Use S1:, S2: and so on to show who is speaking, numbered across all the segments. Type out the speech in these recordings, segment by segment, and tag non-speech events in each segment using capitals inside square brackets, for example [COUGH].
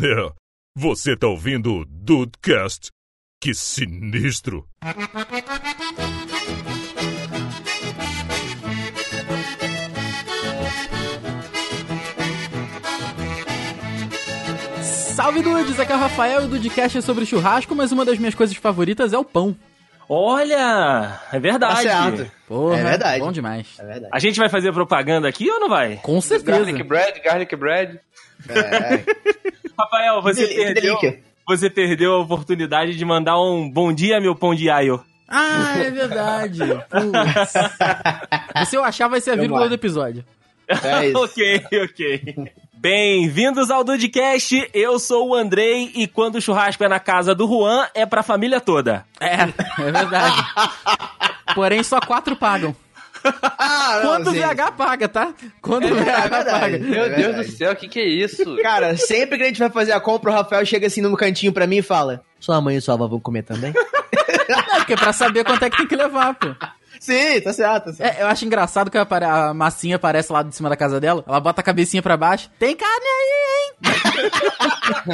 S1: É, você tá ouvindo o Dudecast? Que sinistro!
S2: Salve Dudes, aqui é o Rafael e o Dudcast é sobre churrasco, mas uma das minhas coisas favoritas é o pão.
S3: Olha, é
S4: Tá
S3: verdade.
S4: certo.
S2: Porra,
S4: É verdade.
S2: bom demais.
S4: É verdade.
S3: A gente vai fazer propaganda aqui ou não vai?
S2: Com certeza.
S5: Garlic bread, garlic bread.
S4: [LAUGHS] É.
S3: Rafael, você
S4: Que
S3: perdeu,
S4: delícia.
S3: você perdeu a oportunidade de mandar um bom dia, meu pão diário.
S2: Ah, é verdade. Putz. Se eu achar, vai ser a
S4: Vamos
S2: vírgula
S4: lá.
S2: do episódio.
S3: [LAUGHS]
S4: [LAUGHS] É isso.
S3: ok, ok. Bem-vindos ao Dudcast, eu sou o Andrei e quando o churrasco é na casa do Juan, é pra família toda.
S2: É, é verdade. Porém, só quatro pagam.
S4: Ah, não,
S2: Quando o
S4: gente.
S2: VH paga, tá? Quando o
S4: É
S2: VH
S4: verdade.
S2: paga.
S5: Meu
S4: É
S5: Deus
S4: verdade.
S5: do céu, o que, que é isso? [LAUGHS]
S4: Cara, sempre que a gente vai fazer a compra, o Rafael chega assim num cantinho pra mim e fala: Sua mãe e sua avó vão comer também?
S2: É, porque é pra saber quanto é que tem que levar, pô.
S4: [LAUGHS] Sim, tá certo, tá certo.
S2: É, eu acho engraçado que apare- a massinha aparece lá de cima da casa dela, ela bota a cabecinha pra baixo. Tem carne aí, hein?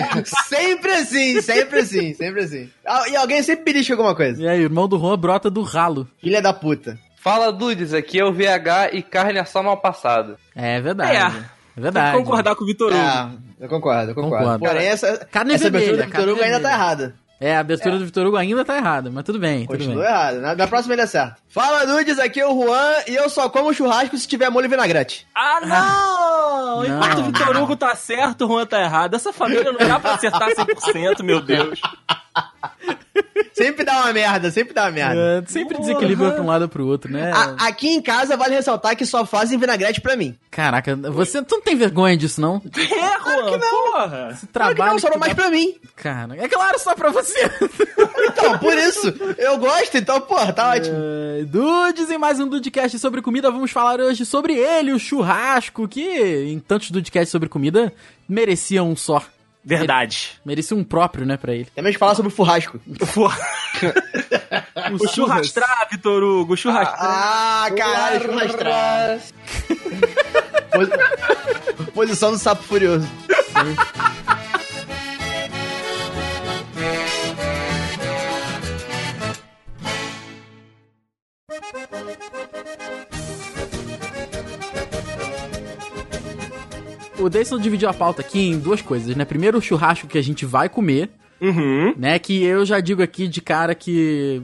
S4: É, Sempre assim, sempre assim, sempre assim. Ah, E alguém sempre belisca alguma coisa.
S2: E aí, o irmão do Juan brota do ralo.
S4: Filha da puta.
S5: Fala, Dudes, aqui é o VH e carne é só mal passada.
S2: É verdade. É,
S3: Tem que
S2: verdade.
S3: concordar com o Vitor Hugo.
S4: É, eu concordo, eu concordo.
S2: Concordo.
S4: Porém, essa,
S2: Carne
S4: essa abertura
S2: vermelha,
S4: do Vitor Hugo
S2: carne
S4: ainda tá
S2: vermelha.
S4: errada.
S2: É, a abertura do Vitor Hugo ainda tá errada, mas tudo bem, tudo
S4: Continua
S2: bem.
S4: errada. Na, na próxima ele acerta. Fala, Nudes, aqui é o Juan e eu só como churrasco se tiver molho e vinagrete.
S3: Ah, não! Enquanto o
S2: Não,
S3: Vitor
S2: não.
S3: Hugo tá certo, o Juan tá errado. Essa família não dá pra acertar 100%, meu Deus.
S4: Sempre dá uma merda, sempre dá uma merda.
S2: É, sempre desequilibra pra um lado ou pro outro,
S3: É.
S2: né?
S4: A- aqui em casa vale ressaltar que só fazem vinagrete pra mim.
S2: Caraca, você tu não tem vergonha disso, não?
S3: É, Juan, porra!
S2: Esse
S4: Claro que
S2: trabalho.
S4: não, só
S2: que
S4: não
S2: tu
S4: mais
S2: dá-
S4: pra mim.
S2: Cara, é claro, só pra você.
S4: Então, por isso, eu gosto, então, porra, tá ótimo.
S2: É, Dudes, em mais um Dudcast sobre comida, vamos falar hoje sobre ele, o churrasco, que em tantos Dudcasts sobre comida merecia um só.
S3: Verdade.
S2: Merecia um próprio, né, pra ele.
S4: Temos que falar sobre o churrasco.
S2: O
S3: O churrastrar, Vitor Hugo, o churrastrar.
S4: Ah, caralho, churrasco. Posi- [LAUGHS] Posição do sapo furioso.
S2: O Dayson dividiu a pauta aqui em duas coisas, né? Primeiro, o churrasco que a gente vai comer,
S3: Uhum.
S2: né? Que eu já digo aqui de cara que.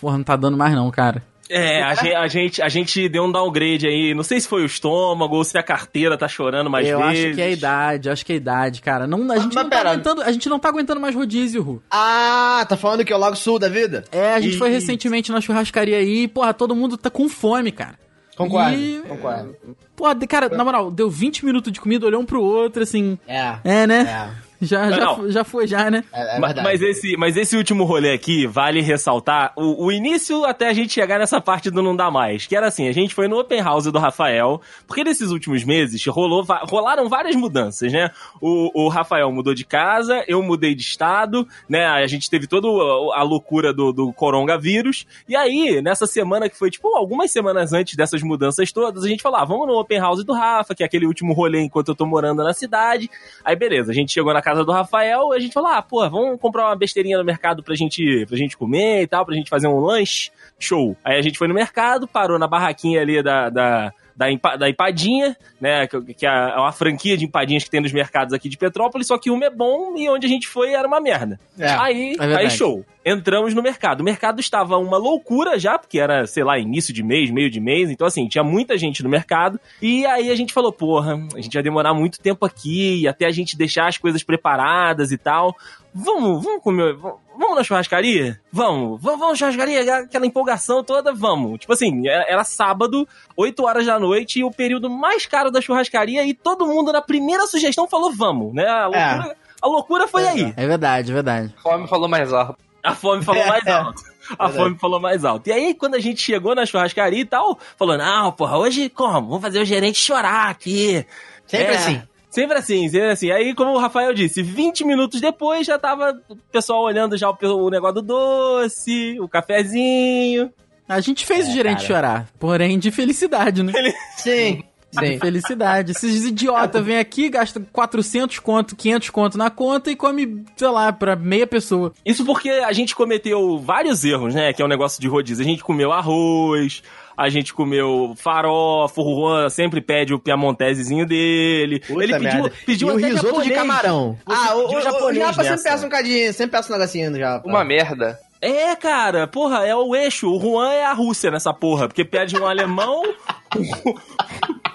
S2: Porra, não tá dando mais não, cara.
S3: É, a gen- a gente, a, gente, deu um downgrade aí. Não sei se foi o estômago ou se a carteira tá chorando mais
S2: eu
S3: vezes.
S2: acho que é a idade, acho que é a idade, cara. Não, a, gente
S4: mas
S2: não tá
S4: pera.
S2: aguentando, a gente não tá aguentando mais rodízio, Ru.
S4: Ah, tá falando que é o Lago Sul da vida?
S2: É, a gente foi
S3: Ih.
S2: recentemente na churrascaria aí, e, porra, todo mundo tá com fome, cara.
S4: Concordo,
S2: E-
S4: concordo.
S2: Porra, de- cara, na moral, deu 20 minutos de comida, olhou um pro outro, assim.
S4: É,
S2: É, né?
S4: é,
S2: Já, já,
S3: Não.
S2: fo- já foi, já, né?
S4: é, é
S3: Ma-
S4: verdade.
S3: Mas esse, mas esse último rolê aqui, vale ressaltar o, o início até a gente chegar nessa parte do Não Dá Mais. Que era assim, a gente foi no open house do Rafael, porque nesses últimos meses rolou, va- rolaram várias mudanças, né? O, o Rafael mudou de casa, eu mudei de estado, né? A gente teve toda a loucura do, do coronavírus. E aí, nessa semana que foi, tipo, algumas semanas antes dessas mudanças todas, a gente falou, ah, vamos no open house do Rafa, que é aquele último rolê enquanto eu tô morando na cidade. Aí beleza, a gente chegou na casa do Rafael e a gente falou: ah, pô, vamos comprar uma besteirinha no mercado pra gente, pra gente comer e tal, pra gente fazer um lanche. Show. Aí a gente foi no mercado, parou na barraquinha ali da. da da, empa- da empadinha, né? Que, que é uma franquia de empadinhas que tem nos mercados aqui de Petrópolis, só que uma é bom e onde a gente foi era uma merda.
S4: É.
S3: Aí,
S2: É verdade.
S3: aí, show. Entramos no mercado. O mercado estava uma loucura já, porque era, sei lá, início de mês, meio de mês. Então, assim, tinha muita gente no mercado. E aí a gente falou, porra, a gente vai demorar muito tempo aqui, até a gente deixar as coisas preparadas e tal. Vamos, vamos comer, vamos vamos na churrascaria? Vamos, vamos, vamos na churrascaria, aquela empolgação toda, vamos. Tipo assim, era, era sábado, 8 horas da noite, e o período mais caro da churrascaria, e todo mundo na primeira sugestão falou vamos, né? A loucura, a loucura foi aí.
S2: É verdade, é verdade.
S5: Fome falou mais alto.
S3: A fome falou mais
S4: É,
S3: alto. A
S4: verdade.
S3: fome falou mais alto. E aí, quando a gente chegou na churrascaria e tal, falou: não, porra, hoje como? Vamos fazer o gerente chorar aqui.
S4: Sempre
S3: É,
S4: assim.
S3: Sempre assim, sempre assim. Aí, como o Rafael disse, 20 minutos depois já tava o pessoal olhando já o, pe- o negócio do doce, o cafezinho.
S4: É,
S2: A gente fez o gerente chorar, porém de felicidade, né?
S4: Sim. É, Sim.
S2: Felicidade. Esses idiotas vêm aqui, gastam 400 conto, 500 conto na conta e come, sei lá, pra meia pessoa.
S3: Isso porque a gente cometeu vários erros, né? Que é um negócio de rodízio. A gente comeu arroz, a gente comeu farofa, o Juan sempre pede o piamontesezinho dele.
S4: Puta
S3: Ele pediu,
S4: merda.
S3: pediu
S4: e o
S3: até
S4: risoto de
S3: japonês.
S4: camarão.
S3: Você
S4: ah, o,
S3: pediu
S4: o, o
S3: japonês
S4: Japa sempre
S3: nessa.
S4: peça um cadinho, sempre peça um negocinho do Japa.
S5: Uma merda.
S3: É, cara, porra, é o eixo. O Juan é a Rússia nessa porra, porque pede um alemão,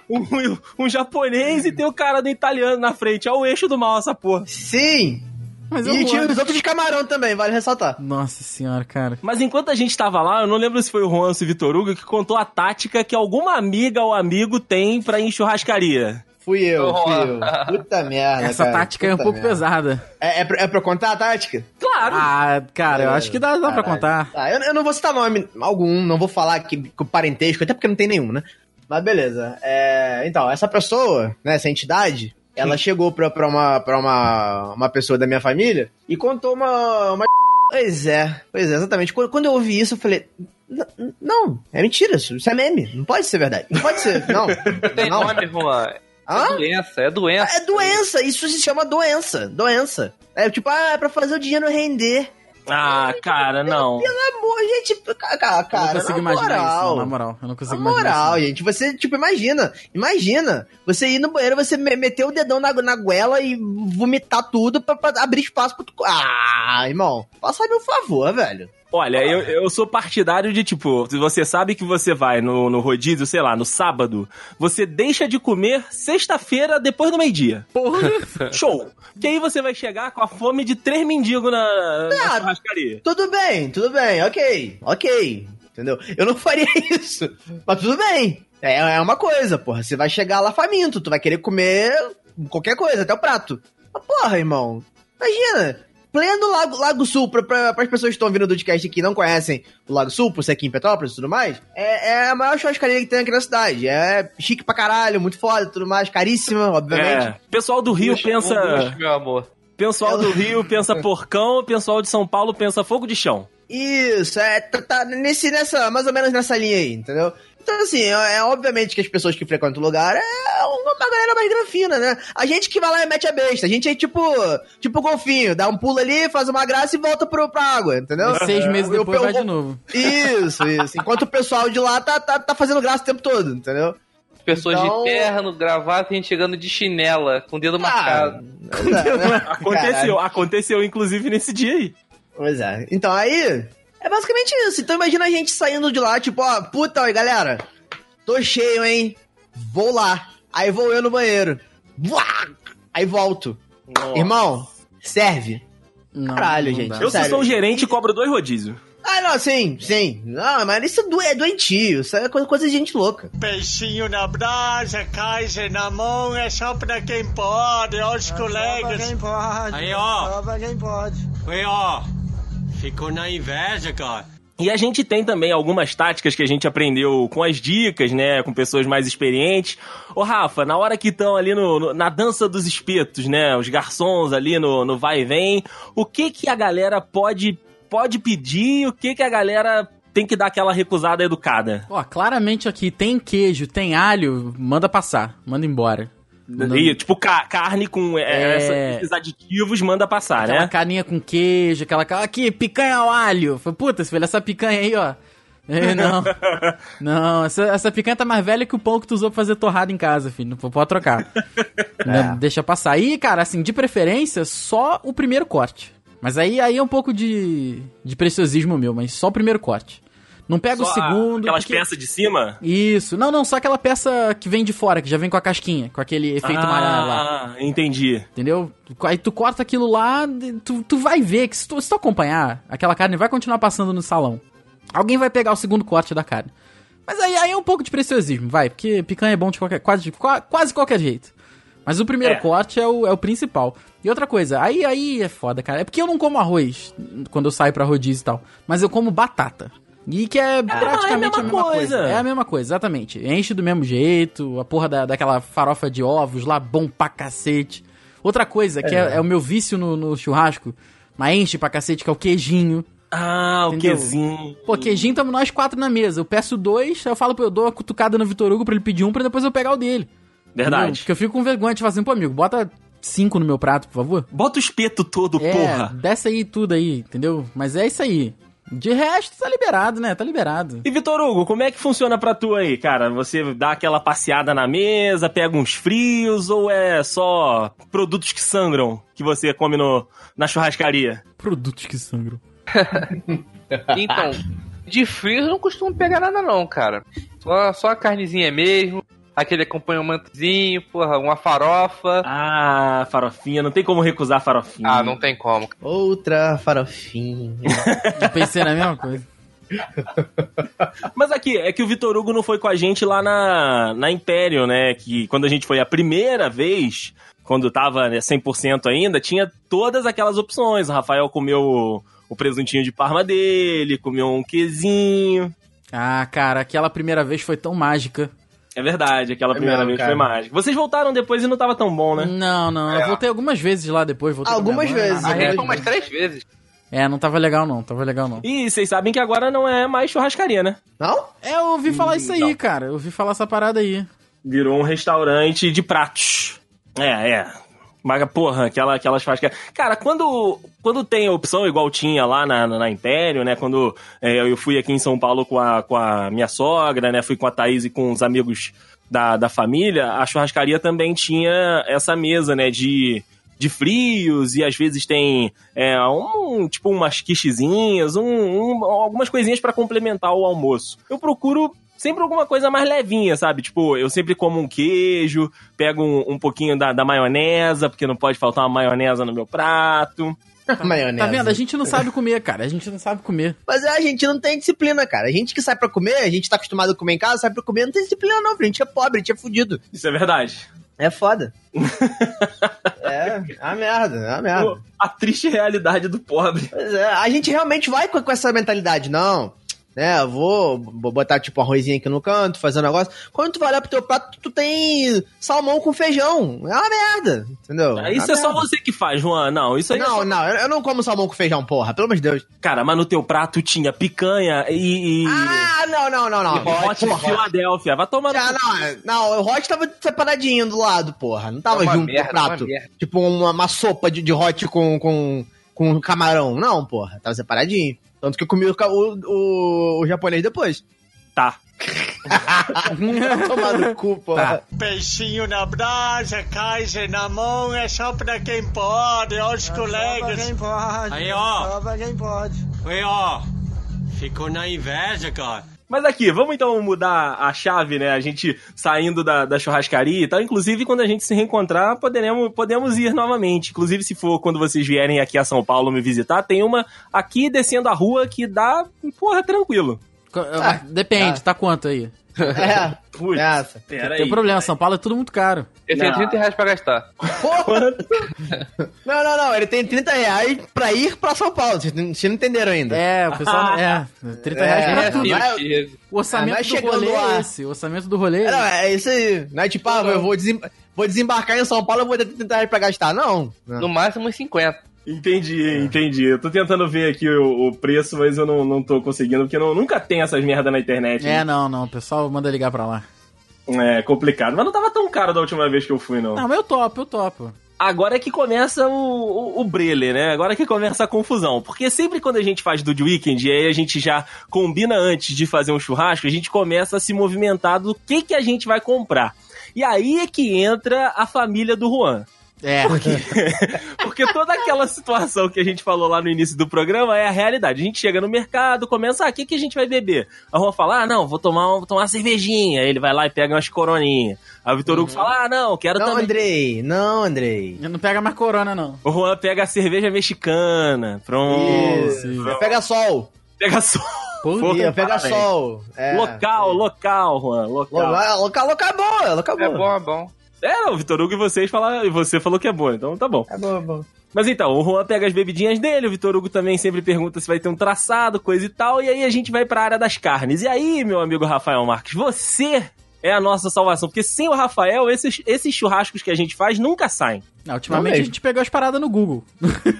S3: um, um- um japonês e tem o cara do italiano na frente. É o eixo do mal essa porra.
S4: Sim!
S2: Mas eu
S4: E tinha o
S2: vou-
S4: risoto de camarão também, vale ressaltar.
S2: Nossa senhora, cara.
S3: Mas enquanto a gente tava lá, eu não lembro se foi o Juan ou se o Vitor Hugo que contou a tática que alguma amiga ou amigo tem pra ir em churrascaria.
S4: Fui eu, fui eu.
S5: Oh.
S4: Puta merda,
S2: Essa
S4: cara,
S2: tática é um
S4: puta
S2: pouco
S4: merda.
S2: pesada.
S4: É, é, pra, é pra eu contar a tática?
S3: Claro!
S2: Ah, cara, eu acho que dá, dá pra
S4: Caralho.
S2: contar.
S4: Tá, eu, eu não vou citar nome algum, não vou falar que, que parentesco, até porque não tem nenhum, né? Mas beleza. É, então, essa pessoa, né, essa entidade, ela chegou pra, pra, uma, pra uma, uma pessoa da minha família e contou uma, [LAUGHS] uma. Pois é, pois é, exatamente. Quando, quando eu ouvi isso, eu falei. "N- Não, é mentira, isso isso é meme. Não pode ser verdade. Não pode
S2: [LAUGHS]
S4: ser, não.
S5: Tem
S4: não.
S5: nome, Juan.
S4: Hã?
S5: É doença, é doença.
S4: É doença, isso se chama doença. Doença. É tipo, ah, é pra fazer o dinheiro render.
S3: Ah, cara, não.
S4: Amor, gente, ca- ca-
S2: eu não
S4: cara,
S2: consigo
S4: na
S2: imaginar isso, não,
S4: moral.
S2: na moral. Eu não
S4: Na
S2: consigo imaginar
S4: moral,
S2: isso.
S4: gente, você, tipo, imagina, imagina, você ir no banheiro, você me- meter o dedão na, na goela e vomitar tudo pra, pra abrir espaço pro... tu- Ah, irmão, faça meu favor, velho.
S3: Olha, eu, eu sou partidário de, tipo, se você sabe que você vai no, no rodízio, sei lá, no sábado, você deixa de comer sexta-feira depois do meio-dia. Show! Porque aí você vai chegar com a fome de três mendigos na, na
S4: Ah,
S3: churrascaria.
S4: Tudo bem, tudo bem, ok, ok, entendeu? Eu não [LAUGHS] faria isso, mas tudo bem. É, é uma coisa, porra, você vai chegar lá faminto, tu vai querer comer qualquer coisa, até o prato. Mas, porra, irmão, imagina... Pleno Lago, Lago Sul, pra, pra, pras pessoas que estão vindo do podcast aqui e não conhecem o Lago Sul, por ser aqui em Petrópolis e tudo mais, é, é a maior churrascaria que tem aqui na cidade. É chique pra caralho, muito foda tudo mais, caríssima, obviamente.
S3: É, pessoal do Rio
S5: Luxo,
S3: pensa.
S5: luxo, meu amor.
S3: Pessoal do Rio pensa porcão, pessoal de São Paulo pensa fogo de chão.
S4: Isso, é, tá, tá nesse, nessa, mais ou menos nessa linha aí, entendeu? Então, assim, é, é obviamente que as pessoas que frequentam o lugar é uma galera mais granfina, né? A gente que vai lá e mete a besta, a gente é tipo, tipo golfinho, dá um pulo ali, faz uma graça e volta pro, pra água, entendeu? É,
S2: E seis meses
S4: então, Eu-
S2: depois
S4: eu-
S2: vai de novo.
S4: Isso, isso. Enquanto o pessoal de lá tá, tá, tá fazendo graça o tempo todo, entendeu?
S5: Pessoas
S4: Então- Ah.
S5: de terno, gravata e a gente chegando de chinela, com o dedo marcado.
S4: é,
S2: [LAUGHS]
S3: Aconteceu, aconteceu inclusive nesse dia aí.
S4: Pois é. Então aí, é basicamente isso. Então imagina a gente saindo de lá, tipo, ó, puta, aí, galera, tô cheio, hein? Vou lá. Aí vou eu no banheiro. Buá! Aí volto. Irmão, serve.
S2: Não,
S4: Caralho,
S2: não
S4: gente.
S2: dá.
S3: Eu, se
S4: Sério.
S3: sou um gerente, cobro dois rodízios.
S4: Ah, não, sim, sim. Não, mas isso é do- é doentio. Isso é coisa, coisa de gente louca.
S6: peixinho na brasa, caixa na mão, é só pra quem pode, olha os colegas. É Só pra quem pode. Aí, ó. Só pra quem pode. Aí, ó. Ficou na inveja, cara.
S3: E a gente tem também algumas táticas que a gente aprendeu com as dicas, né? Com pessoas mais experientes. Ô, Rafa, na hora que estão ali no, no- na dança dos espetos, né? Os garçons ali no, no vai e vem, o que que a galera pode, pode pedir? O que que a galera tem que dar aquela recusada educada?
S2: Ó, claramente aqui tem queijo, tem alho, manda passar, manda embora. Não.
S3: E, tipo, ca- carne com é,
S2: É.
S3: essa- esses aditivos manda passar,
S2: Aquela
S3: né?
S2: carinha com queijo, aquela ca- aqui, picanha ao alho. Falei, Puta, filho, essa picanha aí, ó. [LAUGHS] É, não. não, essa, essa picanha tá mais velha que o pão que tu usou pra fazer torrada em casa, filho. Não pode
S3: [LAUGHS]
S2: trocar.
S3: É.
S2: Né, Deixa passar. aí cara, assim, de preferência, só o primeiro corte. Mas aí, aí é um pouco de, de preciosismo meu, mas só o primeiro corte. Não pega
S3: Só
S2: o segundo.
S3: Aquelas
S2: porque-
S3: peças de cima?
S2: Isso. Não, não, só aquela peça que vem de fora, que já vem com a casquinha, com aquele efeito malhado lá.
S3: ah, entendi.
S2: Entendeu? Aí tu corta aquilo lá, tu, tu vai ver que se tu, se tu acompanhar, aquela carne vai continuar passando no salão. Alguém vai pegar o segundo corte da carne. Mas aí, aí é um pouco de preciosismo, vai, porque picanha é bom de qualquer, quase, de qua- quase qualquer jeito. Mas o primeiro
S3: É.
S2: corte é o, é o principal. E outra coisa, aí, aí é foda, cara. É porque eu não como arroz quando eu saio pra rodízio e tal. Mas eu como batata. E que é praticamente
S3: mesma
S2: a mesma coisa.
S3: coisa.
S2: É a mesma coisa, exatamente. Enche do mesmo jeito, a porra da, daquela farofa de ovos lá, bom pra cacete. Outra coisa, que é, é o meu vício no, no churrasco, mas enche pra cacete, que é o queijinho.
S3: Ah, o
S2: Entendeu?
S3: quezinho.
S2: Pô, queijinho, tamo nós quatro na mesa. Eu peço dois, aí eu falo, pô, eu dou uma cutucada no Vitor Hugo pra ele pedir um pra depois eu pegar o dele. Entendeu?
S3: Verdade.
S2: Porque eu fico com vergonha de falar assim, pô, amigo, bota cinco no meu prato, por favor.
S3: Bota o espeto todo,
S2: É,
S3: porra.
S2: desce aí tudo aí, entendeu? Mas é isso aí. De resto, tá liberado, né? Tá liberado.
S3: E Vitor Hugo, como é que funciona pra tu aí, cara? Você dá aquela passeada na mesa, pega uns frios ou é só produtos que sangram que você come no, na churrascaria?
S2: Produtos que sangram.
S5: Então, de frio eu não costumo pegar nada não, cara. Só, só a carnezinha mesmo, aquele acompanhamentozinho, porra, uma farofa.
S3: Ah, farofinha, não tem como recusar farofinha.
S5: Ah, não tem como.
S4: Outra farofinha.
S2: Eu pensei na mesma coisa.
S3: Mas aqui, é que o Vitor Hugo não foi com a gente lá na, na Império, né? Que quando a gente foi a primeira vez, quando tava né, 100% ainda, tinha todas aquelas opções. O Rafael comeu o, o presuntinho de parma dele, comeu um quezinho.
S2: Ah, cara, aquela primeira vez foi tão mágica.
S3: É verdade, aquela
S4: É
S3: primeira
S4: mesmo,
S3: vez
S4: cara. Hum.
S3: foi mágica. Vocês voltaram depois e não tava tão bom, né?
S2: Não, não, eu voltei algumas vezes lá depois. Voltei com minha
S4: Algumas
S2: mãe.
S4: vezes,
S2: Ah,
S5: A
S4: né?
S2: é.
S5: gente foi umas três vezes.
S2: É, não tava legal não, tava legal não.
S3: E vocês sabem que agora não é mais churrascaria, né?
S4: Não? [LAUGHS]
S2: É, eu ouvi falar isso aí,
S3: não.
S2: cara. Eu ouvi falar essa parada aí.
S3: Virou um restaurante de pratos. É, é. Maga, porra, aquela, aquelas faixas. que- é. Cara, quando, quando tem a opção, igual tinha lá na, na, na Império, né? Quando é, eu fui aqui em São Paulo com a, com a minha sogra, né? Fui com a Thaís e com os amigos da, da família, a churrascaria também tinha essa mesa, né? De, de frios e às vezes tem é, um tipo umas quichezinhas, um, um- algumas coisinhas pra complementar o almoço. Eu procuro sempre alguma coisa mais levinha, sabe? Tipo, eu sempre como um queijo, pego um, um pouquinho da, da maionesa, porque não pode faltar uma maionesa no meu prato.
S4: Maionese.
S2: Tá vendo? A gente não sabe comer, cara. A gente não sabe
S4: [LAUGHS]
S2: comer.
S4: Mas a gente não tem disciplina, cara. A gente que sai pra comer, a gente tá acostumado a comer em casa, sai pra comer, não tem disciplina não, filho. A gente é pobre, a gente é fudido.
S3: Isso é verdade. [LAUGHS]
S4: É foda. é, é uma merda, é uma merda.
S3: Pô, a triste realidade do pobre.
S4: Pois é, a gente realmente vai com, com essa mentalidade, não. Né, eu vou, vou botar tipo um arrozinho aqui no canto, fazer um negócio. Quando tu vai olhar pro teu prato, tu tem salmão com feijão. É uma merda, entendeu?
S3: Isso é
S4: uma
S3: só
S4: merda.
S3: você que faz, Juan. Não, isso aí é
S4: Não, não, eu eu não como salmão com feijão, porra, pelo amor de Deus.
S3: Cara, mas no teu prato tinha picanha e. e...
S4: Ah, não, não, não, não.
S3: Hot Filadélfia, vai tomar no
S5: Ah,
S4: Já,
S3: cu.
S4: não, é, não, o Hot tava separadinho do lado, porra. Não tava
S5: É uma
S4: junto
S5: merda,
S4: no prato.
S5: uma merda.
S4: tipo uma, uma sopa de, de Hot com, com, com camarão. Não, porra. Tava separadinho. Tanto que eu comi o, ca- o, o, o japonês depois.
S3: Tá.
S4: Ah. Tomar no cu, porra.
S6: Peixinho na brasa, Kaiser na mão, é só pra quem pode, olha os colegas. É Só pra quem pode. Aí, ó. Só pra quem pode. Aí, ó. Ficou na inveja, cara.
S3: Mas aqui, vamos então mudar a chave, né? A gente saindo da, da churrascaria e tal. Inclusive, quando a gente se reencontrar, poderemos, podemos ir novamente. Inclusive, se for quando vocês vierem aqui a São Paulo me visitar, tem uma aqui descendo a rua que dá, porra, tranquilo.
S2: Co-
S4: Ah.
S2: Depende, tá quanto aí?
S4: É,
S3: Putz,
S4: Essa.
S3: pera
S2: Tem
S3: aí.
S2: problema, São Paulo é tudo muito caro.
S5: Eu tenho
S3: Não.
S5: 30 reais pra gastar.
S4: Não, não, não. Ele tem 30 reais pra ir pra São Paulo. Vocês não vocês não entenderam ainda.
S2: É, o
S4: [LAUGHS]
S2: pessoal. É, 30 reais pra
S4: É,
S2: tudo.
S5: Meu
S4: vai-
S5: Deus.
S2: O orçamento
S4: vai
S2: do
S4: chegando
S2: rolê
S4: lá.
S2: é esse. O orçamento do rolê é
S4: Não,
S2: esse.
S4: é isso aí. Não é tipo, ah, eu vou, desem- vou desembarcar em São Paulo, eu vou ter 30 reais pra gastar. Não.
S5: No
S2: tá.
S5: máximo uns 50.
S3: Entendi, entendi. Eu tô tentando ver aqui o, o preço, mas eu não, não tô conseguindo, porque não- nunca tem essas merda na internet.
S2: É, não, não. O pessoal manda ligar pra lá.
S3: É complicado. Mas não tava tão caro da última vez que eu fui,
S2: Não, mas eu topo, eu topo.
S3: Agora é que começa o, o, o brele, né? Agora é que começa a confusão. Porque sempre quando a gente faz do weekend, e aí a gente já combina antes de fazer um churrasco, a gente começa a se movimentar do que, que a gente vai comprar. E aí é que entra a família do Juan.
S2: É.
S3: Porque toda aquela situação que a gente falou lá no início do programa é a realidade. A gente chega no mercado, começa, ah, o que, que a gente vai beber? A Juan fala, ah, não, vou tomar, uma- vou tomar uma cervejinha. Aí Ele vai lá e pega umas coroninhas. Aí o Vitor Hugo fala, ah, não, quero
S4: Não,
S3: também
S4: Andrei. Não, Andrei.
S2: [LAUGHS] Não pega mais corona, não.
S3: O Juan pega a cerveja mexicana. Pronto.
S2: Isso.
S3: Pronto.
S4: Pega sol.
S3: Pega só.
S2: Pô,
S4: Ia,
S3: Puta,
S4: pega
S3: parabéns.
S4: sol. É.
S3: Local, local, Juan. Local.
S4: Local, local, local é bom,
S2: Tá
S4: local
S5: É
S4: é bom.
S5: bom, é bom.
S3: É, não, o Vitor Hugo e vocês falaram. E você falou que é bom, então tá bom.
S4: É bom, é bom.
S3: Mas então, o Juan pega as bebidinhas dele, o Vitor Hugo também sempre pergunta se vai ter um traçado, coisa e tal. E aí a gente vai pra área das carnes. E aí, meu amigo Rafael Marques, você. É a nossa salvação, porque sem o Rafael, esses, esses churrascos que a gente faz nunca saem.
S2: Não, ultimamente
S4: Não
S2: a gente pegou as paradas no Google.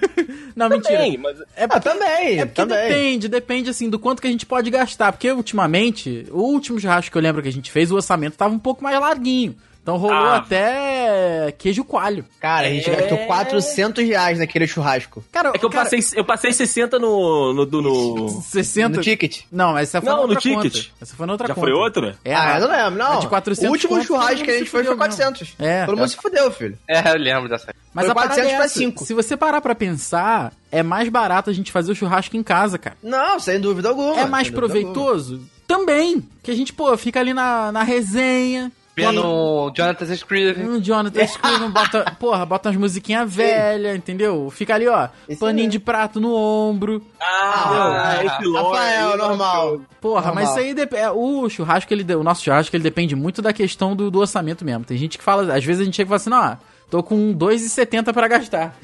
S2: [LAUGHS] Não, mentira.
S3: Também, mas
S2: É
S4: Ah,
S2: porque,
S4: também,
S2: é porque
S4: também.
S2: depende, depende assim do quanto que a gente pode gastar. Porque ultimamente, o último churrasco que eu lembro que a gente fez, o orçamento tava um pouco mais larguinho. Então rolou
S3: Ah.
S2: até queijo coalho.
S4: Cara, a gente
S3: É.
S4: gastou 400 reais naquele churrasco.
S2: Cara,
S3: É que eu,
S2: cara,
S3: passei, eu passei 60 no. no, do- no-
S2: 60.
S4: No ticket.
S2: Não, essa foi
S3: Não,
S2: na outra
S3: no ticket.
S2: conta. Essa foi na outra
S3: Já
S2: conta.
S3: foi outra?
S2: É,
S4: ah,
S2: a-
S4: eu não lembro, não.
S2: a de 400
S4: o último
S2: conto, todo
S4: churrasco
S2: mundo
S4: que a gente
S2: se
S4: foi foi
S2: fudeu
S4: 400.
S2: mesmo. É.
S4: Todo mundo se fudeu, filho.
S5: É, eu lembro dessa.
S2: Mas
S4: Foi
S2: a parada
S4: 400
S2: é
S4: pra
S2: essa.
S4: cinco.
S2: Se você parar pra pensar, é mais barato a gente fazer o churrasco em casa, cara.
S4: Não, sem dúvida alguma.
S2: é mais
S4: sem dúvida alguma.
S2: proveitoso? Também. Que a gente, pô, fica ali na, na resenha.
S5: Vendo Jonathan Scriven.
S2: Um Jonathan Scriven [LAUGHS] bota, porra, bota umas musiquinhas velhas, entendeu? Fica ali, ó,
S4: Isso
S2: paninho
S4: é.
S2: de prato no ombro.
S3: Ah,
S5: Ah,
S3: esse lore
S4: Rafael,
S3: aí,
S4: normal.
S2: Porra,
S4: Normal.
S2: mas isso aí dep- é, o churrasco, ele, de- o nosso churrasco, ele depende muito da questão do, do orçamento mesmo. Tem gente que fala, às vezes a gente chega e fala assim, ó, tô com 2,70 pra gastar.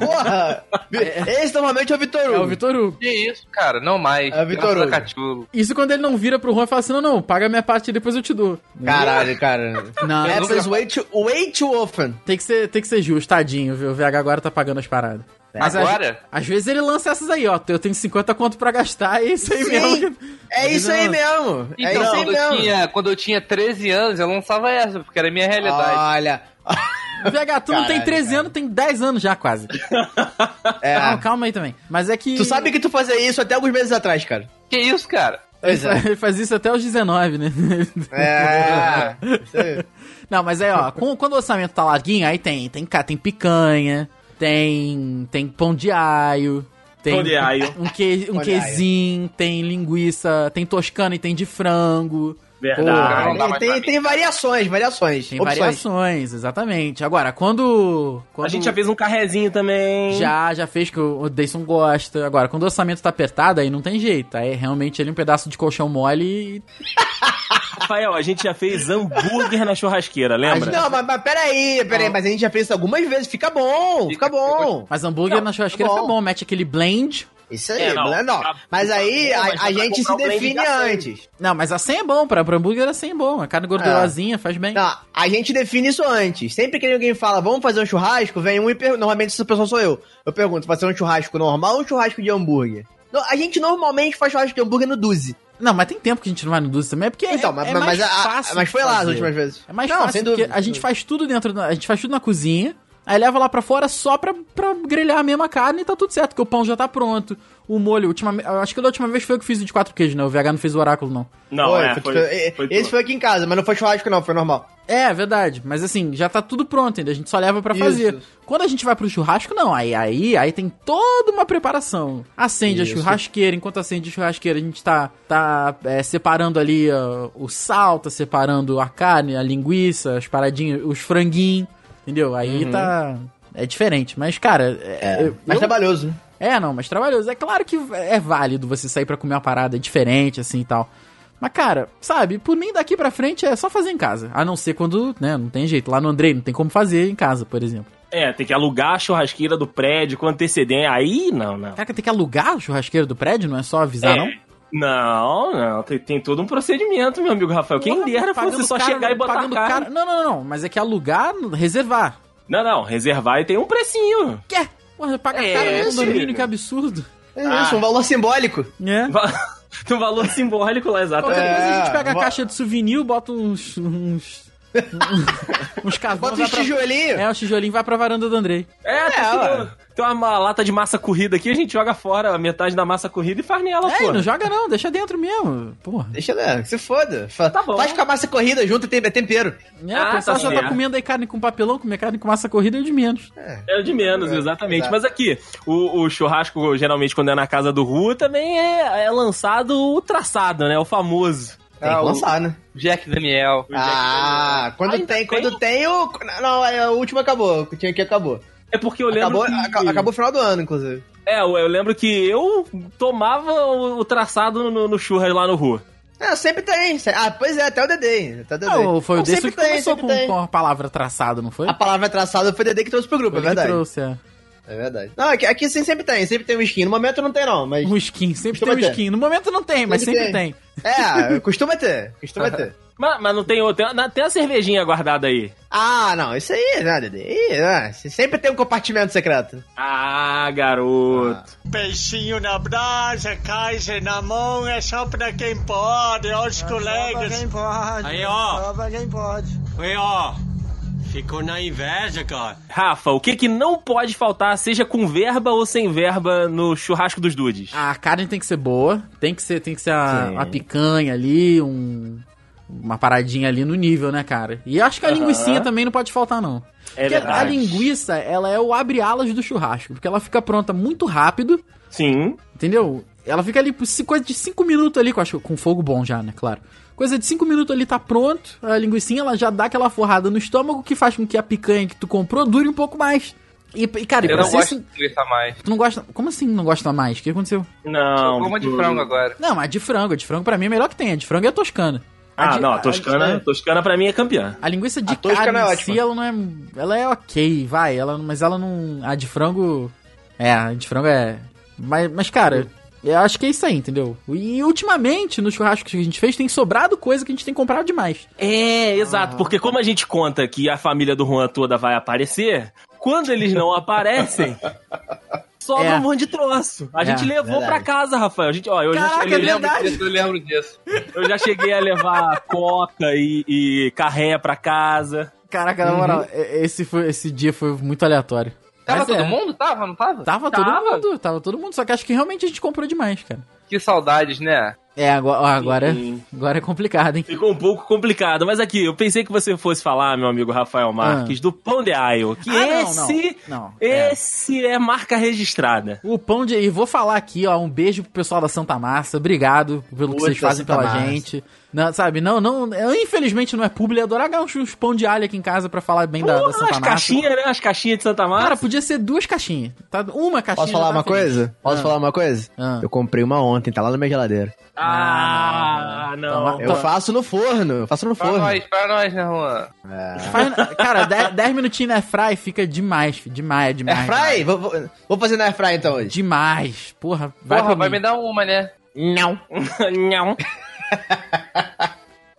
S4: Porra! Esse normalmente é o Vitor
S2: [LAUGHS]
S4: Hugo.
S2: É o Vitor Hugo.
S5: Que isso, cara? Não mais.
S4: É o Vitor
S5: Graças a
S4: Hugo.
S5: Catulo.
S2: Isso quando ele não vira pro Juan e fala assim, não, não, paga a minha parte e depois eu te dou.
S4: Caralho, cara.
S2: Não, é,
S4: Happens way too, way too often.
S2: tem que ser, tem que ser justo, tadinho, viu? O VH agora tá pagando as paradas. Mas às-
S5: Agora?
S2: Às vezes ele lança essas aí, ó. Eu tenho 50 conto pra gastar, é isso aí
S4: Sim.
S2: mesmo. que-
S4: É isso aí
S2: Não.
S4: mesmo. É
S5: Então,
S4: isso aí
S5: quando, eu
S4: mesmo.
S5: tinha, quando eu tinha 13 anos, eu lançava essa, porque era a minha realidade.
S4: Olha.
S2: VH, tu não tem
S4: Caralho,
S2: 13 anos, tem 10 anos já, quase.
S4: É.
S2: Calma, calma aí também. Mas é que. [LAUGHS]
S4: Tu sabe que tu fazia isso até alguns meses atrás, cara.
S2: Ah.
S5: Que isso, cara?
S4: Pois é.
S2: Ele faz isso até os 19, né? [LAUGHS]
S4: É. Isso aí.
S2: Não, mas aí, ó, com- quando o orçamento tá larguinho, aí tem, tem, ca- tem picanha, tem. tem pão de aio. Tem
S3: Pão de aio.
S2: Um, que, um
S4: Pão de aio.
S2: quezinho, tem linguiça, tem toscana e tem de frango.
S3: Verdade.
S5: Não dá mais pra
S4: tem,
S5: mim.
S4: tem variações, variações.
S2: Tem
S4: opções.
S2: variações, exatamente. Agora, quando. quando
S3: A gente já fez um carrezinho também.
S2: Já, já fez que o o Dayson gosta. Agora, quando o orçamento tá apertado, aí não tem jeito. Aí realmente ele é um pedaço de colchão mole e.
S3: Rafael, a gente já fez hambúrguer na churrasqueira,
S4: Mas
S3: lembra?
S4: não, mas, mas peraí, peraí, mas a gente já fez isso algumas vezes, fica bom, fica,
S5: Fica-
S4: bom.
S2: Mas hambúrguer na churrasqueira
S4: tá bom.
S2: fica bom, mete aquele blend.
S4: Isso aí,
S3: É, não,
S4: não, não.
S3: tá-
S4: Mas
S3: tá
S4: aí
S3: bom,
S4: a,
S3: mas
S4: a
S3: dá pra
S4: gente se
S3: comprar o blend
S4: define
S3: da cena.
S4: antes.
S2: Não, mas a 100 é bom, pra, pra hambúrguer a 100 é bom. A carne gordurosinha faz bem.
S4: É. Não, a gente define isso antes. Sempre que alguém fala, vamos fazer um churrasco, vem um e pergunta. Normalmente essa pessoa sou eu. Eu pergunto, vai ser um churrasco normal ou um churrasco de hambúrguer? No- A gente normalmente faz churrasco de hambúrguer no Duzi.
S2: Não, mas tem tempo que a gente não vai no Duzi também, é porque é-
S4: Então,
S2: é,
S4: mas,
S2: mais
S4: mas, a-
S2: fácil
S4: mas
S2: de
S4: foi lá as
S2: fazer.
S4: últimas vezes.
S2: É mais
S4: Não,
S2: fácil,
S4: sem
S2: porque
S4: dúvida.
S2: a gente faz tudo dentro, da- a gente faz tudo na cozinha, aí leva lá pra fora só pra, pra grelhar a mesma carne e tá tudo certo, porque o pão já tá pronto, o molho, ultima, eu acho que da última vez foi eu que fiz o de quatro queijos, né? O VH não fez o oráculo, não.
S3: Não,
S4: Foi,
S3: é,
S4: foi-
S3: foi,
S4: foi-
S3: foi
S4: esse foi aqui em casa, mas não foi churrasco, não, foi normal.
S2: É, verdade. Mas assim, já tá tudo pronto ainda. A gente só leva pra
S4: Isso.
S2: fazer. Quando a gente vai pro churrasco, não. Aí, aí, aí tem toda uma preparação. Acende
S4: Isso.
S2: a churrasqueira. Enquanto acende a churrasqueira, a gente tá, tá é, separando ali ó, o sal, tá separando a carne, a linguiça, as paradinhas, os franguinhos. Entendeu? Aí tá. É diferente. Mas, cara. É, eu-
S4: Uhum. Mas
S2: eu-
S4: trabalhoso, né?
S2: é, não, mas trabalhoso. É claro que é válido você sair pra comer uma parada diferente, assim e tal. Mas, cara, sabe, por mim daqui pra frente é só fazer em casa. A não ser quando, né, não tem jeito. Lá no Andrei não tem como fazer em casa, por exemplo.
S3: É, tem que alugar a churrasqueira do prédio com antecedência. Aí, não, não.
S2: Caraca, tem que alugar o churrasqueiro do prédio, não é só avisar,
S3: É.
S2: não?
S3: Não, não. Tem, tem todo um procedimento, meu amigo Rafael. Quem
S2: Porra,
S3: dera fosse
S2: pagando
S3: é só
S2: caro-
S3: chegar e botar a
S2: pagando
S3: carne.
S2: caro- Não, não, não, mas é que alugar, reservar.
S3: Não, não. Reservar e tem um precinho.
S2: Quê? Porra, paga
S3: É,
S2: caro no
S3: filho.
S2: condomínio, que absurdo.
S4: É
S3: Ah.
S4: isso, um valor simbólico.
S2: Né?
S3: [LAUGHS] Va- Um valor simbólico lá,
S2: Qualquer
S3: exatamente.
S2: coisa a gente
S4: É,
S2: pega a
S4: va-
S2: caixa de souvenir, bota uns.
S4: [LAUGHS]
S2: uns. uns casal,
S4: Bota uns tijolinhos.
S2: É, o tijolinho vai pra varanda do Andrei.
S3: É, tem,
S4: ué.
S3: tem uma lata de massa corrida aqui, a gente joga fora a metade da massa corrida e faz nela,
S2: É,
S3: pô.
S2: e não joga não, deixa dentro mesmo.
S3: Ah,
S2: Porra.
S4: Deixa lá, se foda. Fa-
S3: Tá bom.
S4: Faz com a massa corrida junto e tem- é tempero.
S2: É,
S3: Ah,
S2: o pessoal
S3: tá
S2: já
S3: certo.
S2: tá comendo aí carne com papelão, comer carne com massa corrida é o de menos.
S3: É o de menos,
S4: É,
S3: exatamente.
S4: exato.
S3: Mas aqui, o, o churrasco, geralmente, quando é na casa do Rua, também é, é lançado o traçado, né? O famoso.
S4: Tem
S5: Ah,
S4: que
S5: o-
S4: lançar, né?
S5: Jack Daniel.
S4: Ah, quando
S3: Ainda
S4: tem,
S3: tem?
S4: quando tem o. Não, é, o último acabou. O que tinha aqui acabou.
S3: É porque eu lembro.
S4: Acabou,
S3: que...
S4: aca- acabou o final do ano, inclusive.
S3: É, eu, eu lembro que eu tomava o, o traçado no, no churras lá no Rua.
S4: É, sempre tem. se- Ah, pois é, até o Dedê. Até o Dedê.
S2: Não, foi o
S4: Não,
S2: desse
S4: sempre
S2: que começou com,
S4: sempre
S2: com a palavra traçada, não foi?
S4: A palavra traçada foi o Dedê que trouxe pro grupo,
S2: Foi
S4: é
S2: ele que
S4: verdade.
S2: trouxe, é.
S4: É verdade. Não, aqui, aqui sim sempre tem, sempre tem um skin. No momento não tem, não, mas.
S2: Um skin, sempre
S4: Costuma
S2: tem um
S4: ter.
S2: skin. No momento não tem, mas
S4: Sempre
S2: sempre tem. [LAUGHS]
S4: É, costuma ter. Costuma ter.
S3: Mas, mas não tem outra. Tem, tem a cervejinha guardada aí.
S4: Ah, não, isso aí, né, Dede? Ih, né, se- Sempre tem um compartimento secreto.
S3: Ah, garoto.
S6: Peixinho na brasa, caixa na mão, é só pra quem pode, ó os colegas. É, Só pra quem pode. Aí, ó. Só pra quem pode. Aí, ó. Ficou na inveja, cara.
S3: Rafa, o que que não pode faltar, seja com verba ou sem verba, no churrasco dos dudes?
S2: A carne tem que ser boa, tem que ser, tem que ser a,
S3: Sim.
S2: uma picanha ali, um, uma paradinha ali no nível, né, cara? E acho que a linguiçinha também não pode faltar, não.
S3: é
S2: Porque a linguiça, ela é o abre-alas do churrasco, porque ela fica pronta muito rápido,
S3: Sim.
S2: entendeu? Ela fica ali por ci- coisa de 5 minutos ali, com, acho, com fogo bom já, né, claro. Coisa de 5 minutos ali tá pronto, a linguiçinha ela já dá aquela forrada no estômago que faz com que a picanha que tu comprou dure um pouco mais. E, e cara, e
S5: Eu
S2: pra
S5: não
S2: ser
S5: gosto
S2: sin-
S5: de linguiça mais.
S2: tu não gosta... Como assim não gosta mais? O que aconteceu?
S3: Não.
S5: Só como de frango agora.
S2: Não, mas de frango. De frango pra mim é melhor que tem. A de frango é a toscana.
S3: Ah,
S2: de-
S3: não, a Toscana,
S2: A,
S3: Toscana pra mim é campeã.
S2: a linguiça de
S4: A toscana
S2: carne
S4: é
S2: em
S4: ótima.
S2: si, ela não é... Ela é ok, vai. Ela, mas ela não... A de frango... É, a de frango é... Mas, mas cara... Eu acho que é isso aí, entendeu? E ultimamente, nos churrascos que a gente fez, tem sobrado coisa que a gente tem comprado demais.
S3: É, exato, porque como a gente conta que a família do Juan toda vai aparecer, quando eles não [LAUGHS] aparecem, sobra
S2: É.
S3: um monte de troço. A
S2: É,
S3: gente levou
S4: verdade.
S3: pra casa, Rafael. A gente, ó, eu, já
S2: Caraca,
S5: Eu
S2: é
S3: cheguei,
S5: lembro
S2: verdade.
S5: disso, eu lembro disso.
S3: eu já cheguei a levar coca e, e carré pra casa.
S2: Caraca, na moral, Uhum. e- esse, foi, esse dia foi muito aleatório.
S5: Tava
S2: Mas
S5: todo
S2: é,
S5: mundo? Tava, não tava?
S2: Tava,
S5: Tava.
S2: todo mundo, tava todo mundo. Só que acho que realmente a gente comprou demais, cara.
S5: Que saudades, né?
S2: É, agora, ó, agora,
S3: Sim.
S2: agora é complicado, hein?
S3: Ficou um pouco complicado, mas aqui, eu pensei que você fosse falar, meu amigo Rafael Marques, do Pão de Aio, que
S2: Ah, não, não,
S3: esse...
S2: não, Ah. é.
S3: Esse é marca registrada.
S2: O pão de. E vou falar aqui, ó, um beijo pro pessoal da Santa Massa. Obrigado pelo que
S4: Puta,
S2: vocês fazem
S4: Santa
S2: pela
S4: Massa.
S2: gente. Não, sabe, não, não. eu, Infelizmente não é público, eu adorava uns, uns pão de alho aqui em casa pra falar bem da, da
S3: Porra,
S2: Santa
S3: as
S2: Massa.
S3: caixinhas, né? As caixinhas de Santa Massa.
S2: Cara, podia ser duas caixinhas. Tá? Uma caixinha.
S4: Posso falar
S2: já tá
S4: uma
S2: feliz.
S4: coisa? Posso
S2: Ah.
S4: falar uma coisa?
S2: Ah.
S4: Eu comprei uma ontem, tá lá na minha geladeira.
S3: Ah,
S2: Toma-
S3: não.
S4: Eu faço no forno, eu faço no
S5: Pra
S4: forno.
S5: nós, pra nós, né, Juan?
S2: Faz- cara, 10 dez minutinhos na air fry fica demais, fi, demais,
S4: É
S2: demais.
S4: fry? Vou, vou- vou fazer na air fry então hoje.
S2: Demais. Porra, vai
S5: Vai Porra,
S2: pra
S5: vai
S2: mim.
S5: me dar uma, né?
S4: Não. [LAUGHS]
S3: Não.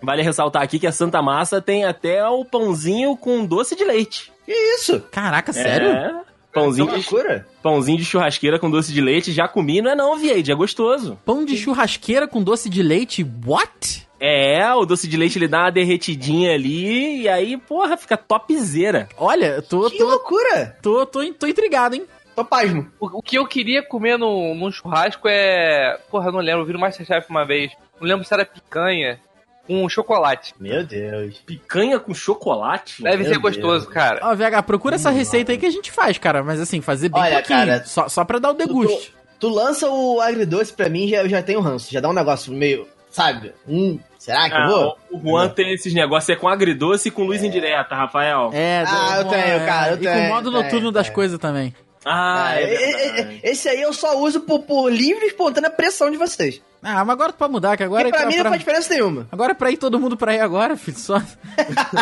S3: Vale ressaltar aqui que a Santa Massa tem até o pãozinho com doce de leite.
S4: Que isso?
S2: Caraca, sério?
S3: É. Pãozinho,
S4: Que
S3: de,
S4: loucura.
S3: pãozinho de churrasqueira com doce de leite, já comi, não é não, Vieide, é gostoso.
S2: Pão de churrasqueira com doce de leite? What?
S3: É, o doce de leite ele dá uma derretidinha ali, e aí, porra, fica topzera.
S2: Olha, tô,
S4: Que
S2: tô,
S4: loucura.
S2: tô, tô, tô intrigado, hein?
S4: Tô pasmo.
S5: O, o que eu queria comer no, num churrasco é. Porra, eu não lembro, eu vi no Masterchef uma vez. Não lembro se era picanha com chocolate.
S4: Meu Deus.
S3: Picanha com chocolate?
S5: Deve
S4: Meu
S5: ser gostoso, cara.
S2: Ó, VH, procura essa receita aí que a gente faz, cara. Mas assim, fazer bem
S4: Olha,
S2: pouquinho.
S4: cara,
S2: só, só pra dar o deguste.
S4: Tu lança o agridoce pra mim, já, eu já tenho ranço. Já dá um negócio meio, sabe? Hum, será que eu
S3: Ah,
S4: vou?
S3: o Juan tem esses negócios, é com agridoce e com
S4: É.
S3: luz indireta, Rafael.
S2: É,
S4: Ah, eu
S2: com-
S4: tenho,
S2: é,
S4: cara, eu
S2: E com
S4: tenho,
S2: o modo
S4: tenho,
S2: noturno das
S4: tenho.
S2: coisas também.
S3: Ah,
S4: Ah,
S3: é,
S4: e- e-
S3: verdade.
S4: e- esse aí eu só uso por, por livre e espontânea pressão de vocês.
S2: Ah, mas agora tu pode mudar, que agora
S4: Porque
S2: é
S4: pra mim não
S2: pra-
S4: faz Tá diferença
S2: [LAUGHS]
S4: nenhuma.
S2: Agora é pra ir todo mundo pra ir agora, filho. Só...
S4: [LAUGHS]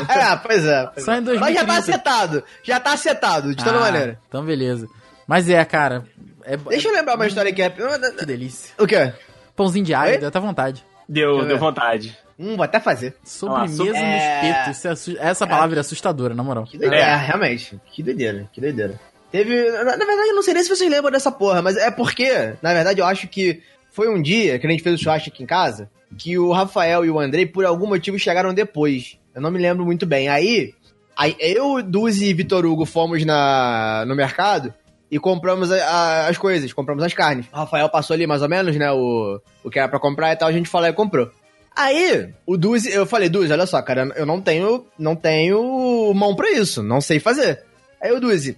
S4: ah, pois é. pois
S2: Só em
S4: é.
S2: 2030.
S4: Mas já tá acertado. Já tá acertado, de toda
S2: Ah,
S4: maneira.
S2: Então, beleza. Mas é, cara. É...
S4: Deixa eu lembrar uma história aqui. é,
S2: Que delícia.
S4: O quê?
S2: Pãozinho de alho,
S4: Oi?
S2: dá até vontade.
S3: Deu,
S4: eu
S3: deu
S4: ver.
S3: vontade.
S4: Hum, vou até fazer.
S2: Sobremesa
S3: sobre-
S2: no
S4: É.
S2: espeto. Isso é assu- Essa palavra é assustadora, na moral.
S4: Que doideira,
S3: É.
S4: é, realmente. Que doideira, que doideira. Teve. Na, na verdade, eu não sei nem se vocês lembram dessa porra, mas é porque, na verdade, eu acho que foi um dia que a gente fez o churrasco aqui em casa que o Rafael e o Andrei, por algum motivo, chegaram depois. Eu não me lembro muito bem. Aí, aí eu, Duzi e Vitor Hugo fomos na, no mercado e compramos a- a- as coisas, compramos as carnes. O Rafael passou ali mais ou menos, né? O, o que era pra comprar e tal, a gente falou e comprou. Aí, o Duzi, eu falei, Duzi, olha só, cara, eu não tenho, não tenho mão pra isso, não sei fazer. Aí o Duzi,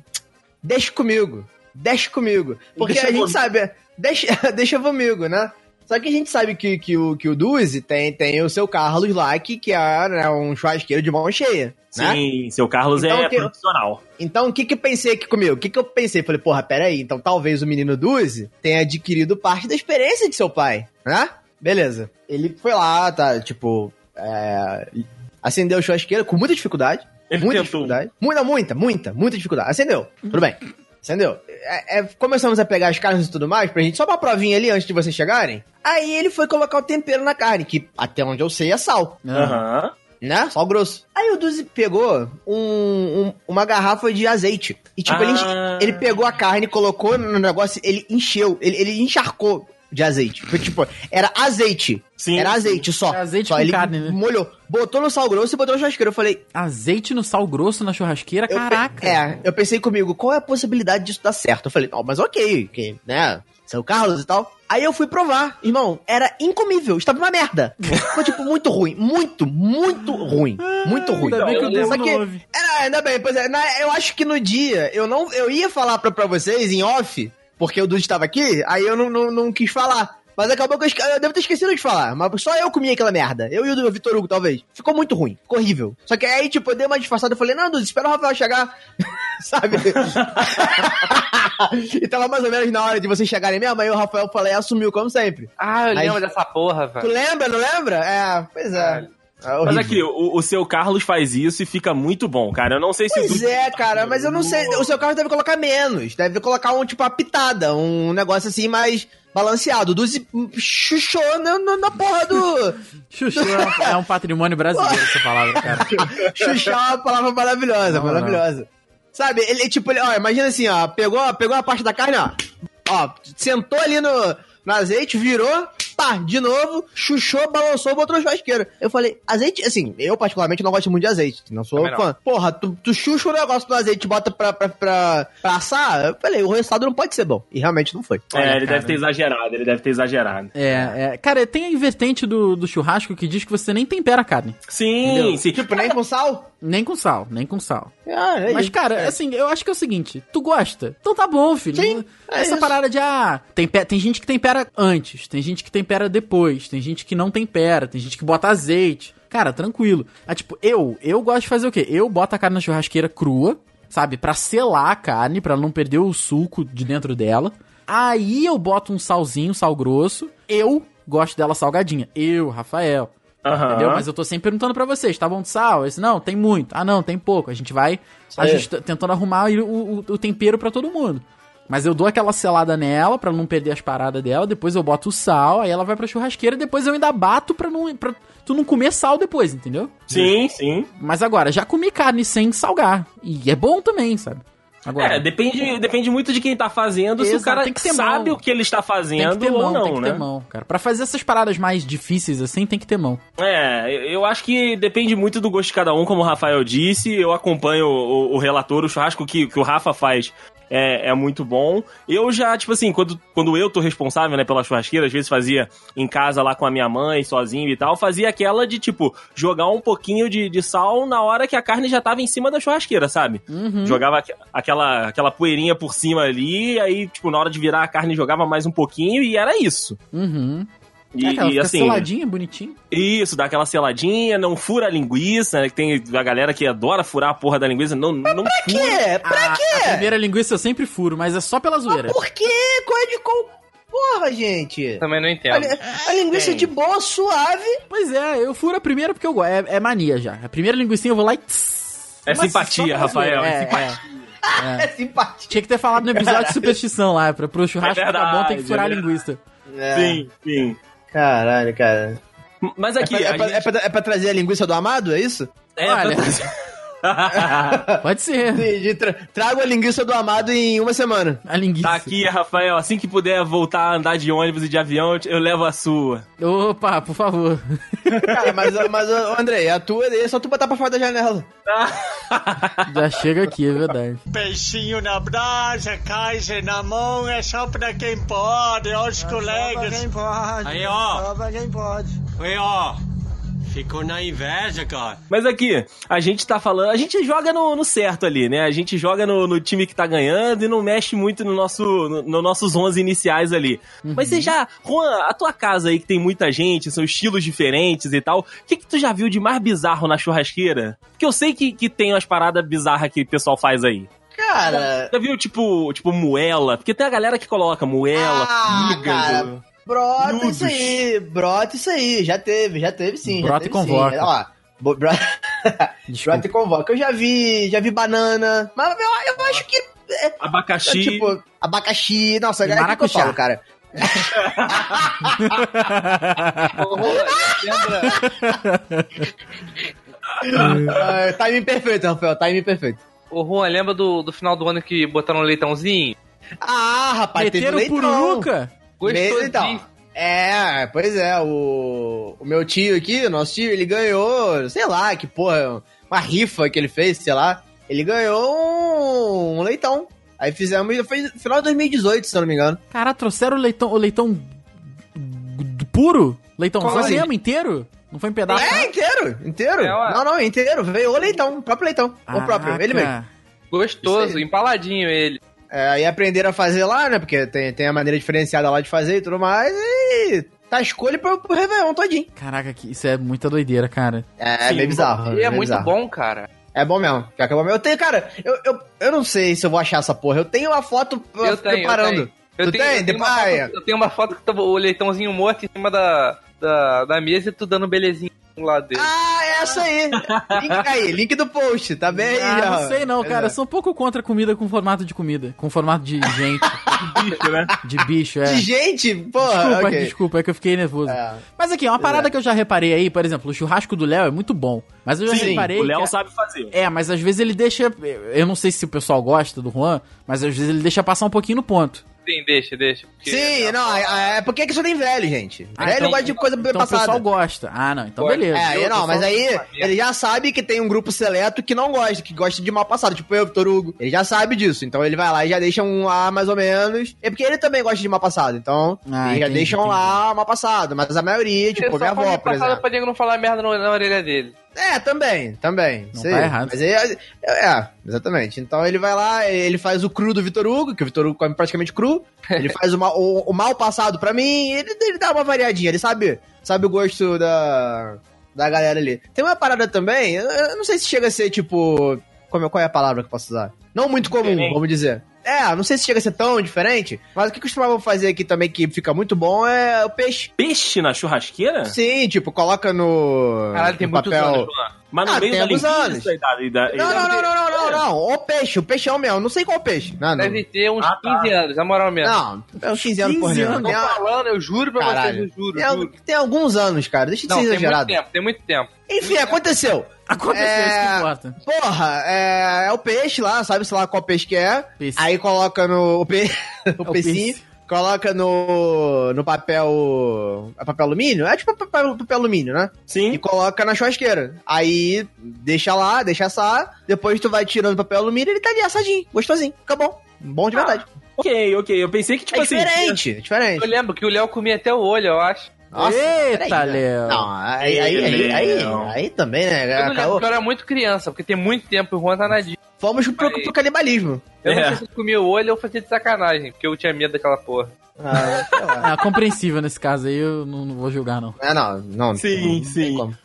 S4: deixa comigo, deixa comigo. Porque
S3: Deixa
S4: a gente
S3: comigo.
S4: sabe, [LAUGHS] deixa, deixa comigo, né? Só que a gente sabe que, que, o, que o Duzi tem, tem o seu Carlos lá, que, que é né, um churrasqueiro de mão cheia, né?
S3: Sim, seu Carlos
S4: Então,
S3: é
S4: que-
S3: profissional.
S4: Então, o que que eu pensei aqui comigo? O que que eu pensei? Falei, porra, peraí, então talvez o menino Duzi tenha adquirido parte da experiência de seu pai, né? Beleza. Ele foi lá, tá, tipo, é, acendeu a churrasqueira com muita dificuldade.
S3: Ele
S4: muita
S3: tentou.
S4: dificuldade. Muita, muita, muita, muita dificuldade. Acendeu. Tudo bem. Entendeu? É- é, começamos a pegar as carnes e tudo mais pra gente, só uma provinha ali antes de vocês chegarem. Aí ele foi colocar o tempero na carne, que até onde eu sei é sal,
S3: Aham.
S4: né? Sal grosso. Aí o Duzi pegou um- um- uma garrafa de azeite. E tipo, ele, enche-
S3: Ah.
S4: ele pegou a carne, colocou no negócio, ele encheu, ele, ele encharcou de azeite. Foi, tipo, era azeite.
S3: Sim.
S4: era azeite só.
S2: Era azeite
S4: só
S2: com
S4: ele
S2: carne, né?
S4: molhou, botou no sal grosso e botou no churrasqueiro. Eu falei,
S2: Azeite no sal grosso na churrasqueira?
S4: eu pe-
S2: Caraca!
S4: É, eu pensei comigo, qual é a possibilidade disso dar certo? Eu falei, ó, mas ok, que, né? São Carlos e tal. Aí eu fui provar, irmão, era incomível, estava uma merda. Foi tipo muito ruim, muito, muito ruim, muito ruim.
S2: Ainda bem que um o
S3: eu-
S2: Demo
S4: Só
S2: não
S4: que-
S2: ouve.
S4: É, ainda bem, pois é, na- eu acho que no dia, eu não, eu ia falar pra, pra vocês em off, porque o Dudu estava aqui, aí eu não, não, não quis falar. Mas acabou que eu, esque- eu devo ter esquecido de falar, mas só eu comi aquela merda. Eu e o do Vitor Hugo, talvez. Ficou muito ruim, ficou horrível. Só que aí, tipo, eu dei uma disfarçada e falei, não, Dudu, espera o Rafael chegar, [LAUGHS] sabe? [LAUGHS] e tava mais ou menos na hora de vocês chegarem mesmo, aí o Rafael falei, assumiu, como sempre.
S5: Ah, eu
S4: Aí-
S5: lembro dessa porra,
S4: Tu
S5: velho.
S4: lembra, não lembra? É, pois é. é
S3: Mas
S4: horrível.
S3: aqui, o, o seu Carlos faz isso e fica muito bom, cara. Eu não sei se. o
S4: Pois
S3: Dudu-
S4: é, cara, mas eu não sei. O seu carro deve colocar menos. Deve colocar um tipo uma pitada, um negócio assim mais balanceado. O Duzi chuchou na, na- na porra do.
S2: Chuchu é, é um patrimônio brasileiro, essa palavra, cara.
S4: chuchar é uma palavra maravilhosa,
S2: Não,
S4: maravilhosa. Sabe, ele tipo, ele, ó, imagina assim, ó, pegou, pegou a parte da carne, ó. Ó, sentou ali no, no azeite, virou, pá, de novo, chuchou, balançou, botou no churrasqueiro. Eu falei, azeite, assim, eu particularmente não gosto muito de azeite, não sou
S5: Também não.
S4: fã. Porra, tu, tu chucha o negócio do azeite e bota pra, pra, pra, pra assar, eu falei, o resultado não pode ser bom. E realmente não foi.
S3: É, ele
S2: cara.
S3: deve ter exagerado, ele deve ter exagerado.
S2: É, é. Cara, tem a invertente do, do churrasco que diz que você nem tempera a carne.
S3: Sim, sim.
S4: Tipo,
S2: né?
S4: nem com sal?
S2: Nem com sal, nem com sal.
S4: Ah, é
S2: Mas,
S4: isso.
S2: cara, assim, eu acho que é o seguinte: tu gosta? Então tá bom, filho.
S4: Sim, é
S2: Essa
S4: isso.
S2: parada de, ah, tempe- tem gente que tempera antes, tem gente que tempera depois, tem gente que não tempera, tem gente que bota azeite. Cara, tranquilo. Ah, tipo, eu, eu gosto de fazer o quê? Eu boto a carne na churrasqueira crua, sabe? Pra selar a carne, pra não perder o suco de dentro dela. Aí eu boto um salzinho, sal grosso. Eu gosto dela salgadinha. Eu, Rafael.
S3: Aham.
S2: Entendeu? Mas eu tô sempre perguntando pra vocês, tá bom de sal? Esse, não, tem muito. Ah, não, tem pouco. A gente vai
S4: aí.
S2: ajusta- tentando arrumar o, o- o tempero pra todo mundo. Mas eu dou aquela selada nela pra não perder as paradas dela, depois eu boto o sal, aí ela vai pra churrasqueira, depois eu ainda bato pra não pra tu não comer sal depois, entendeu?
S3: Sim, sim.
S2: Mas agora, já comi carne sem salgar. E é bom também, sabe? Agora,
S3: É, depende, depende muito de quem tá fazendo, se o
S2: Exato,
S3: cara
S2: tem que ter
S3: sabe
S2: mão.
S3: o que ele está
S2: tem
S3: fazendo
S2: que ter mão,
S3: ou não,
S2: tem que
S3: né?
S2: ter mão, cara. Pra fazer essas paradas mais difíceis assim, tem que ter mão.
S3: É, eu- eu acho que depende muito do gosto de cada um, como o Rafael disse. Eu acompanho o, o- o relator, o churrasco que, que o Rafa faz é, é muito bom. Eu já, tipo assim, quando, quando eu tô responsável, né, pela churrasqueira, às vezes fazia em casa lá com a minha mãe, sozinho e tal, fazia aquela de, tipo, jogar um pouquinho de, de sal na hora que a carne já tava em cima da churrasqueira, sabe?
S2: Uhum.
S3: Jogava aqu- aquela, aquela poeirinha por cima ali, aí, tipo, na hora de virar a carne, jogava mais um pouquinho e era isso.
S2: Uhum.
S3: E,
S2: é, cara,
S3: e
S2: fica
S3: assim.
S2: seladinha, bonitinho.
S3: Isso, dá aquela seladinha, não fura a linguiça, né? Que tem a galera que adora furar a porra da linguiça, não, não fura.
S4: É, pra
S2: a,
S4: quê? Ah,
S2: a primeira linguiça eu sempre furo, mas é só pela zoeira.
S4: Por quê? Qual é de qual? Porra, gente.
S5: Também não entendo. [LAUGHS]
S4: A, a linguiça é de boa, suave.
S2: Pois é, eu furo a primeira porque eu gosto. É, é mania já. A primeira linguiça eu vou lá e. tss.
S3: É
S2: Mas só
S3: simpatia,
S2: pela
S3: Rafael,
S2: zoeira.
S3: é
S2: É,
S4: É simpatia.
S2: Tinha que ter falado no
S3: [LAUGHS]
S2: episódio de superstição lá, pra, pro churrasco
S3: É
S2: ficar bom tem
S3: verdade,
S2: que
S3: é
S2: furar a
S3: verdade.
S2: linguiça.
S3: Sim, sim.
S4: É. Caralho, cara.
S3: Mas
S4: É
S3: aqui.
S4: pra, é
S3: a
S4: pra-
S3: gente-
S4: é pra- é pra trazer a linguiça do amado, é isso?
S3: é pra-
S2: Pode ser.
S4: Entendi. Tra- trago a linguiça do amado em uma semana.
S2: A linguiça.
S3: [LAUGHS] Tá aqui, Rafael. Assim que puder voltar a andar de ônibus e de avião, eu te- eu levo a sua.
S2: Opa, por favor. [LAUGHS]
S4: Cara, mas, mas ô, Andrei, a tua é só tu botar pra fora da janela.
S2: Já chega aqui, é verdade.
S6: Peixinho na brasa, caixa na mão, é só pra quem pode, ó os colegas. É, Só pra quem pode. Aí, ó. Só pra quem pode. Aí, ó. Ficou na inveja, cara.
S3: Mas aqui, a gente tá falando. A gente joga no, no certo ali, né? A gente joga no, no time que tá ganhando e não mexe muito no nosso, no, nos nossos 11 iniciais ali.
S4: Uhum.
S3: Mas você já. Juan, a tua casa aí que tem muita gente, são estilos diferentes e tal. O que, que tu já viu de mais bizarro na churrasqueira? Porque eu sei que, que tem umas paradas bizarras que o pessoal faz aí.
S4: Cara.
S3: Já viu, tipo, tipo moela? Porque tem a galera que coloca moela,
S4: Ah,
S3: fígado.
S4: cara. Brota
S3: Nudos.
S4: isso aí, brota isso aí. Já teve, já teve sim. já
S2: Brota e
S4: teve sim.
S2: convoca.
S4: Ó, bo- bro- Jota e convoca. Eu já vi, já vi banana, mas eu, eu acho que. é,
S3: Abacaxi.
S4: Tipo, abacaxi. Nossa,
S2: E
S4: é aqui que eu
S2: maracujá.
S4: falo, cara.
S5: Ô, Roland, lembra,
S4: Ah, time perfeito, Rafael. Time perfeito.
S5: ô, Juan, lembra do, do final do ano que botaram um leitãozinho?
S4: Ah, rapaz,
S2: Meteram
S4: teve um leitão.
S2: pururuca?
S5: Gostou
S4: Me- então, é, pois é, o, o meu tio aqui, o nosso tio, ele ganhou, sei lá, que porra, uma rifa que ele fez, sei lá. Ele ganhou um, um leitão. Aí fizemos, foi no final de 2018, se eu não me engano.
S2: Cara, trouxeram o leitão, o leitão d- d- puro? Leitãozão
S4: Como assim?
S2: mesmo, inteiro? Não foi em pedaço?
S4: É, inteiro, inteiro.
S5: É, ué.
S4: não, não, inteiro. Veio o leitão, o próprio leitão.
S2: não?
S4: O próprio, ele mesmo.
S2: Caraca.
S5: Gostoso,
S4: Isso aí.
S5: empaladinho ele.
S4: É, aí aprenderam a fazer lá, né? Porque tem, tem a maneira diferenciada lá de fazer e tudo mais. E tá escolha pro, pro Réveillon todinho.
S2: Caraca, que- isso é muita doideira, cara.
S4: É,
S3: Sim,
S4: meio bizarro.
S5: E é
S4: meio
S5: muito
S4: bizarro.
S5: bom, cara.
S4: É bom mesmo. Pior que é bom mesmo. Eu tenho, cara, eu, eu, eu não sei se eu vou achar essa porra. Eu tenho uma foto
S5: Eu tenho,
S4: preparando.
S5: eu tenho. Eu
S4: Tu
S5: tenho,
S4: tem?
S5: eu, tenho uma
S4: Depois-
S5: foto, eu tenho uma foto que tá o leitãozinho morto em cima da, da, da mesa e tu dando um belezinho do lado dele.
S4: Ah, é
S2: [LAUGHS]
S4: essa aí. link tá aí, link do post. Tá bem aí,
S2: ah,
S4: ó.
S2: não sei não,
S4: Pois
S2: cara.
S4: é.
S2: Eu sou um pouco contra comida com formato de comida. Com formato de gente,
S3: bicho, né?
S2: de bicho, é.
S4: De gente, porra.
S2: Desculpa,
S4: ok.
S2: desculpa, é que eu fiquei nervoso.
S4: É.
S2: Mas aqui, uma parada que eu já reparei aí, por exemplo, o churrasco do Léo é muito bom. Mas eu já
S4: [LAUGHS] Sim,
S2: reparei.
S3: O Léo
S2: que-
S3: sabe fazer.
S2: É, mas às vezes ele deixa. Eu não sei se o pessoal gosta do Juan, mas às vezes ele deixa passar um pouquinho no ponto.
S5: Sim, deixa, deixa. porque-
S4: Sim, não, é, é porque é que só tem velho, gente.
S2: Ah,
S4: velho
S2: então-
S4: gosta de coisa
S2: Então o
S4: passada.
S2: pessoal gosta. Ah, não, então
S5: Gosta.
S2: beleza.
S4: É, aí
S5: Eu-
S4: não,
S5: eu
S4: mas
S5: sou-
S4: aí ele já sabe que tem um grupo seleto que não gosta, que gosta de mal passado, tipo eu, Vitor Hugo. Ele já sabe disso, então ele vai lá e já deixa um lá mais ou menos. É porque ele também gosta de mal passado, então
S2: Ah,
S4: ele já
S2: entendi,
S4: deixa um
S2: entendi.
S4: lá mal passado, mas a maioria,
S5: Ele
S4: tipo,
S5: só
S4: minha
S5: faz
S4: avó, por
S5: passada
S4: exemplo.
S5: pra nego não falar merda no- na orelha dele.
S4: É, também, também.
S2: Não
S4: sei.
S2: tá errado.
S4: Mas aí, é, é, exatamente. Então ele vai lá, ele faz o cru do Vitor Hugo, que o Vitor Hugo come
S2: [LAUGHS]
S4: praticamente cru. Ele faz o, ma- o- o mal passado pra mim, ele, ele dá uma variadinha, ele sabe, sabe o gosto da, da galera ali. Tem uma parada também, eu, eu não sei se chega a ser tipo. Como, é- qual é a palavra que eu posso usar? Não muito comum,
S3: Diferente.
S4: vamos dizer. É, não sei se chega a ser tão diferente, mas o que costumavam fazer aqui também que fica muito bom é o peixe.
S3: Peixe na
S2: É.
S3: churrasqueira?
S4: Sim, tipo, coloca no.
S5: Caralho, tem
S4: no
S5: muitos anos, Juan.
S3: Mas no
S4: Ah,
S3: meio
S4: tem
S3: da
S4: alguns anos.
S3: linguiça e da... e da- e
S4: Não,
S3: da-
S4: não, não, não, não, não, não. O peixe, é o peixão mesmo. Não sei qual peixe. Não, não.
S5: Deve ter uns
S3: Ah, tá.
S5: 15 anos, na moral mesmo.
S4: Não, é uns 15 anos por
S2: 15
S4: ano.
S2: anos.
S5: Tô
S4: Tem, a-
S5: falando, eu juro pra
S4: Caralho.
S5: vocês, eu juro,
S4: tem al-
S5: juro.
S4: tem alguns anos, cara. Deixa de
S5: Não,
S4: ser
S5: tem muito
S4: exagerado.
S5: tempo, tem muito tempo.
S4: Enfim, aconteceu.
S2: [LAUGHS] Aconteceu isso que
S4: É.
S2: importa.
S4: Porra, é, é o peixe lá, sabe sei lá qual peixe que é.
S2: Peixe. É
S4: Aí coloca no. O,
S5: [LAUGHS]
S4: pe...
S5: É
S4: o
S2: o
S4: peixinho.
S2: peixe.
S4: Coloca no. no papel. É papel alumínio? É tipo papel, papel alumínio, né? E
S3: Sim.
S4: coloca na churrasqueira. Aí deixa lá, deixa assar. Depois tu vai tirando o papel alumínio e ele tá ali assadinho, gostosinho. Fica bom. Bom de
S3: Ah,
S4: verdade.
S3: Ok, ok. Eu pensei que, tipo
S4: é
S3: assim...
S4: diferente, é
S5: Eu
S4: diferente.
S5: lembro que o Léo comia até o olho, eu acho.
S2: Eita,
S4: peraí, né?
S2: Léo.
S4: Não, aí, aí, aí, aí,
S3: Léo.
S4: aí também, né?
S5: Eu não lembro,
S4: acabou.
S5: porque eu era muito criança, porque tem muito tempo, o Juan tá na dica.
S4: Fomos pro,
S5: Aí.
S4: pro canibalismo.
S5: Eu não
S3: É.
S5: sei se eu comia o olho ou fazia de sacanagem, porque eu tinha medo daquela porra.
S4: Ah, sei lá.
S2: Ah, compreensível nesse caso aí, eu não, não vou julgar, não.
S4: É, não, não.
S3: Sim, sim.
S4: como.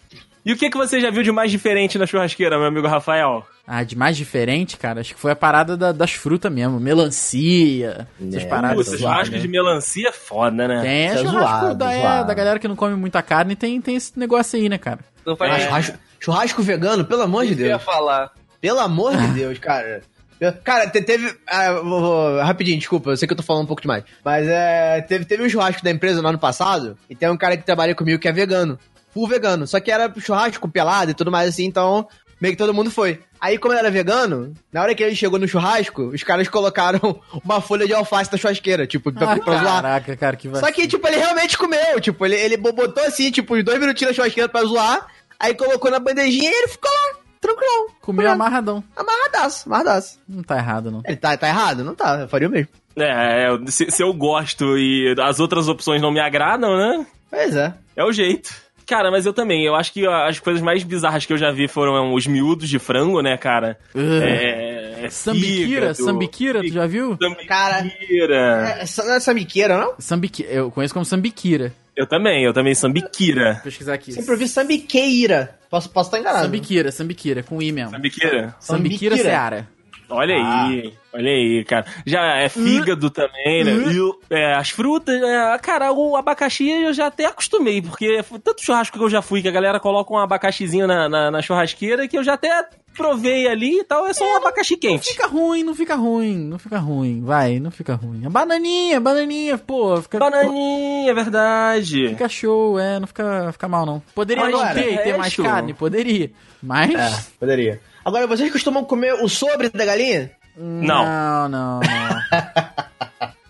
S3: E o que, que você já viu de mais diferente na churrasqueira, meu amigo Rafael?
S2: Ah, de mais diferente, cara, acho que foi a parada da- das frutas mesmo. Melancia, essas
S4: É,
S2: paradas.
S4: putz,
S3: Puxa, churrasco
S2: né?
S3: de melancia é foda, né?
S2: Tem,
S4: Isso é
S2: acho
S4: zoado,
S2: da, é,
S4: zoado.
S2: da galera que não come muita carne, tem, tem esse negócio aí, né, cara?
S5: Não
S4: Ah,
S5: faz é,
S4: churrasco, churrasco vegano, pelo amor de
S5: eu ia
S4: Deus.
S5: falar.
S4: Pelo amor de Deus, cara. Eu- Cara, te- teve. ah, vou- vou- rapidinho, desculpa, eu sei que eu tô falando um pouco demais. Mas é. Teve, teve um churrasco da empresa no ano passado, e tem um cara que trabalha comigo que é vegano. Full vegano. Só que era churrasco pelado e tudo mais assim, então. Meio que todo mundo foi. Aí, como ele era vegano, na hora que ele chegou no churrasco, os caras [LAUGHS] colocaram uma folha de alface na churrasqueira, tipo, pra,
S2: Ah,
S4: pra zoar.
S2: caraca, cara, que vai.
S4: Só que, tipo, ele realmente comeu. Tipo, ele, ele botou assim, tipo, os dois minutinhos na churrasqueira pra zoar. Aí colocou na bandejinha e ele ficou lá, tranquilão.
S2: Comeu amarradão.
S4: Amarradaço, amarradaço.
S2: Não tá errado, não.
S4: Ele tá, tá errado? Não tá, eu faria o mesmo.
S3: É, é, se, se eu gosto e as outras opções não me agradam, né?
S4: Pois é.
S3: É o jeito. Cara, mas eu também. Eu acho que as coisas mais bizarras que eu já vi foram é, os miúdos de frango, né, cara? É, é
S2: Sambiquira,
S3: fígado,
S2: sambiquira, tu já viu?
S3: sambiquira.
S4: Cara, é, essa- não é essa miqueira, não?
S2: Sambiquira, eu conheço como sambiquira.
S3: Eu também, eu também, sambiquira.
S2: Vou pesquisar aqui.
S4: Sempre ouvi sambiqueira. Posso estar enganado.
S2: Sambiquira, sambiquira, com i mesmo.
S3: Sambiquira?
S2: Sambiquira
S4: Sambiquira.
S2: Seara.
S3: Olha aí. Olha aí, cara. Já é fígado também, né? E o- é, as frutas, é, cara, o abacaxi eu já até acostumei, porque foi tanto churrasco que eu já fui, que a galera coloca um abacaxizinho na, na, na churrasqueira, que eu já até provei ali e tal, é só um abacaxi
S2: Não
S3: quente.
S2: fica ruim, não fica ruim, não fica ruim. Vai, não fica ruim. A bananinha, bananinha, pô, fica.
S3: Bananinha, é verdade.
S2: Fica show, é, não fica, fica mal não. Poderia
S3: Agora,
S2: não ter e ter mais
S3: resto-
S2: carne? Poderia. Mas.
S4: É, poderia. Agora, vocês costumam comer o sobre da galinha?
S3: Não,
S2: Não, não, não.
S3: [LAUGHS]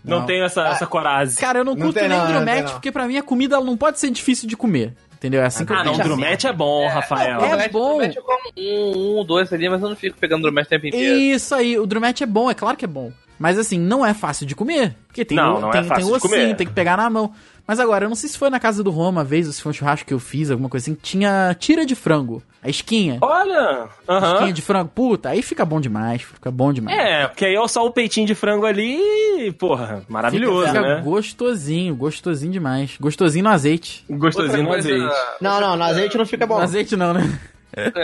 S3: não,
S2: não.
S3: tenho essa, essa coragem.
S2: Cara, eu não,
S4: Não
S2: curto
S4: tem
S2: nem
S4: não, não
S2: drumete,
S4: tem não.
S2: porque pra mim a comida ela não pode ser difícil de comer. Entendeu? É assim que eu
S3: Ah, não,
S2: penso.
S3: drumete é bom, Rafael.
S2: É
S5: Drumete-
S2: bom.
S5: Drumete eu como um, um, dois ali, mas eu não fico pegando drumete o tempo inteiro.
S2: Isso aí, o drumete é bom, é claro que é bom. Mas assim, não é fácil de comer. Porque tem,
S3: Não,
S2: o-
S3: não é
S2: tem, tem
S3: fácil
S2: o
S3: de comer.
S2: ossinho, tem que pegar na mão. Mas agora, eu não sei se foi na casa do Roma uma vez, ou se foi um churrasco que eu fiz, alguma coisa assim, que tinha tira de frango. A esquinha.
S3: Olha, aham.
S2: Esquinha de frango, puta, aí fica bom demais, fica bom demais.
S3: É, porque aí é só o peitinho de frango ali e, porra, maravilhoso,
S2: fica, fica
S3: né?
S2: gostosinho, gostosinho demais. Gostosinho no azeite.
S3: Gostosinho no
S5: Outra coisa-
S3: azeite.
S4: Não, não, no azeite não fica bom.
S2: No azeite não, né?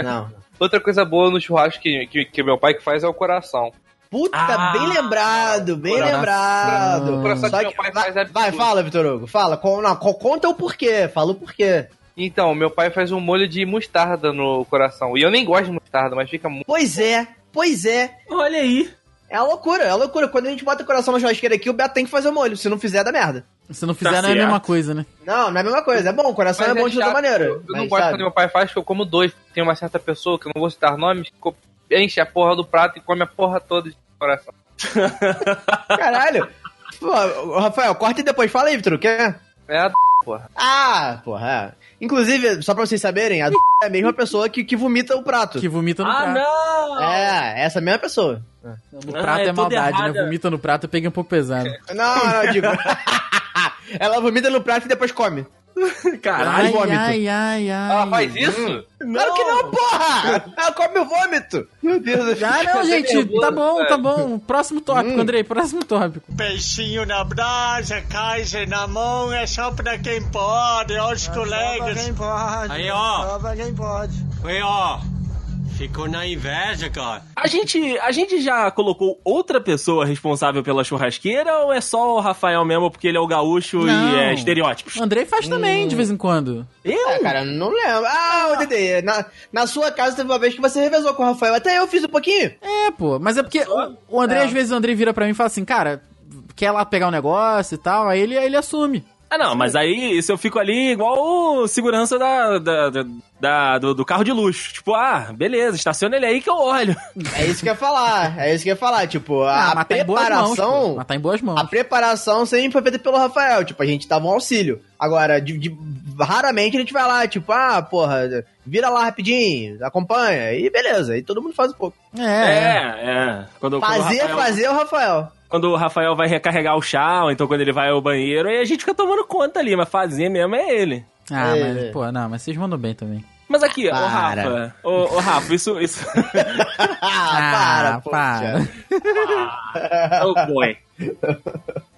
S4: Não.
S5: [LAUGHS] Outra coisa boa no churrasco que, que, que meu pai que faz é o coração.
S4: Puta,
S3: Ah,
S4: bem lembrado, bem
S3: coração.
S4: lembrado.
S5: Coração
S4: Só
S5: que
S4: que-
S5: meu pai
S4: vai,
S5: faz é
S4: vai,
S5: absurdo.
S4: fala, Vitor Hugo, fala. Con- não, con- conta o porquê, fala o porquê.
S5: Então, meu pai faz um molho de mostarda no coração. E eu nem gosto de mostarda, mas fica muito.
S4: Pois é, pois é.
S3: Olha aí.
S4: É uma loucura, é uma loucura. Quando a gente bota o coração na churrasqueira aqui, o Beto tem que fazer o molho. Se não fizer, dá merda.
S2: Se não fizer,
S3: Tá
S2: não é a
S3: certo.
S2: mesma coisa, né?
S4: Não, não é a mesma coisa. É bom, o coração é
S5: Mas
S4: bom de outra
S5: chato.
S4: maneira.
S5: Eu não
S4: Mas,
S5: gosto
S4: sabe?
S5: quando meu pai faz, que eu como dois. Tem uma certa pessoa, que eu não vou citar nomes, que co- enche a porra do prato e come a porra toda de coração.
S4: Caralho. Pô, ô, Rafael, corta e depois fala aí, Vitor, quer?
S5: É a d- porra.
S4: Ah, porra. é. Inclusive, só pra vocês saberem, a [LAUGHS] d- é a mesma pessoa que, que vomita o prato.
S2: Que vomita no
S3: Ah,
S2: prato.
S3: não!
S4: É, essa mesma pessoa.
S2: No
S3: Ah,
S2: prato
S3: é
S2: é,
S3: toda
S2: maldade, né?
S3: errada.
S2: Vomita no prato, eu peguei um pouco pesado.
S4: Não, não, eu digo. [LAUGHS] Ela vomita no prato e depois come.
S3: [LAUGHS] Caralho.
S2: Ai,
S4: vômito.
S2: ai, ai, ai.
S3: Ah,
S5: Ela faz isso?
S4: Claro que não, porra! Ela come o vômito! Meu Deus do céu.
S2: Ah,
S4: [LAUGHS]
S2: não, gente,
S5: nervoso,
S2: tá bom,
S5: velho.
S2: tá bom. Próximo tópico, Andrei, próximo tópico.
S6: Peixinho na brasa, caixa na mão, é só pra quem pode, ó os colegas. É Só pra quem pode. Aí, ó. Só pra quem pode. Aí, ó. Ficou na inveja, cara.
S3: A gente, a gente já colocou outra pessoa responsável pela churrasqueira ou é só o Rafael mesmo porque ele é o gaúcho
S2: Não.
S3: e é estereótipos?
S2: O Andrei faz também, de vez em quando.
S4: Ah, cara, não lembro. Ah, ô Dede, na, na sua casa teve uma vez que você revezou com o Rafael. Até eu fiz um pouquinho.
S2: É, pô, mas é porque o, o Andrei, às vezes, o Andrei vira pra mim e fala assim, cara, quer lá pegar um negócio e tal, aí ele, aí ele assume.
S3: Ah, não, mas aí isso eu fico ali igual o segurança da, da- da- da- do, do carro de luxo. Tipo, ah, beleza, estaciona ele aí que eu olho.
S4: É isso que eu ia falar. É isso que eu ia falar. Tipo, a,
S2: Ah, mas tá em boas mãos, pô.
S4: preparação.
S2: Mas tá em boas mãos.
S4: a preparação sempre foi feita pelo Rafael. Tipo, a gente dava um auxílio. Agora, de- de- raramente a gente vai lá, tipo, ah, porra, vira lá rapidinho, acompanha. E beleza, aí todo mundo faz um pouco.
S2: É,
S3: É, é. Quando, quando o
S4: Fazer,
S3: Rafael-
S4: fazer é
S2: [LAUGHS]
S4: o Rafael.
S3: quando o Rafael vai recarregar o chá, ou então quando ele vai ao banheiro, aí a gente fica tomando conta ali, mas fazer mesmo é ele.
S2: Ah,
S4: É.
S2: mas, pô, não, mas vocês mandam bem também.
S3: Mas aqui, ô
S4: Para.
S3: Rafa, ô, ô Rafa, isso, isso... [LAUGHS]
S4: Ah, para,
S2: para.
S4: poxa.
S3: oh boy.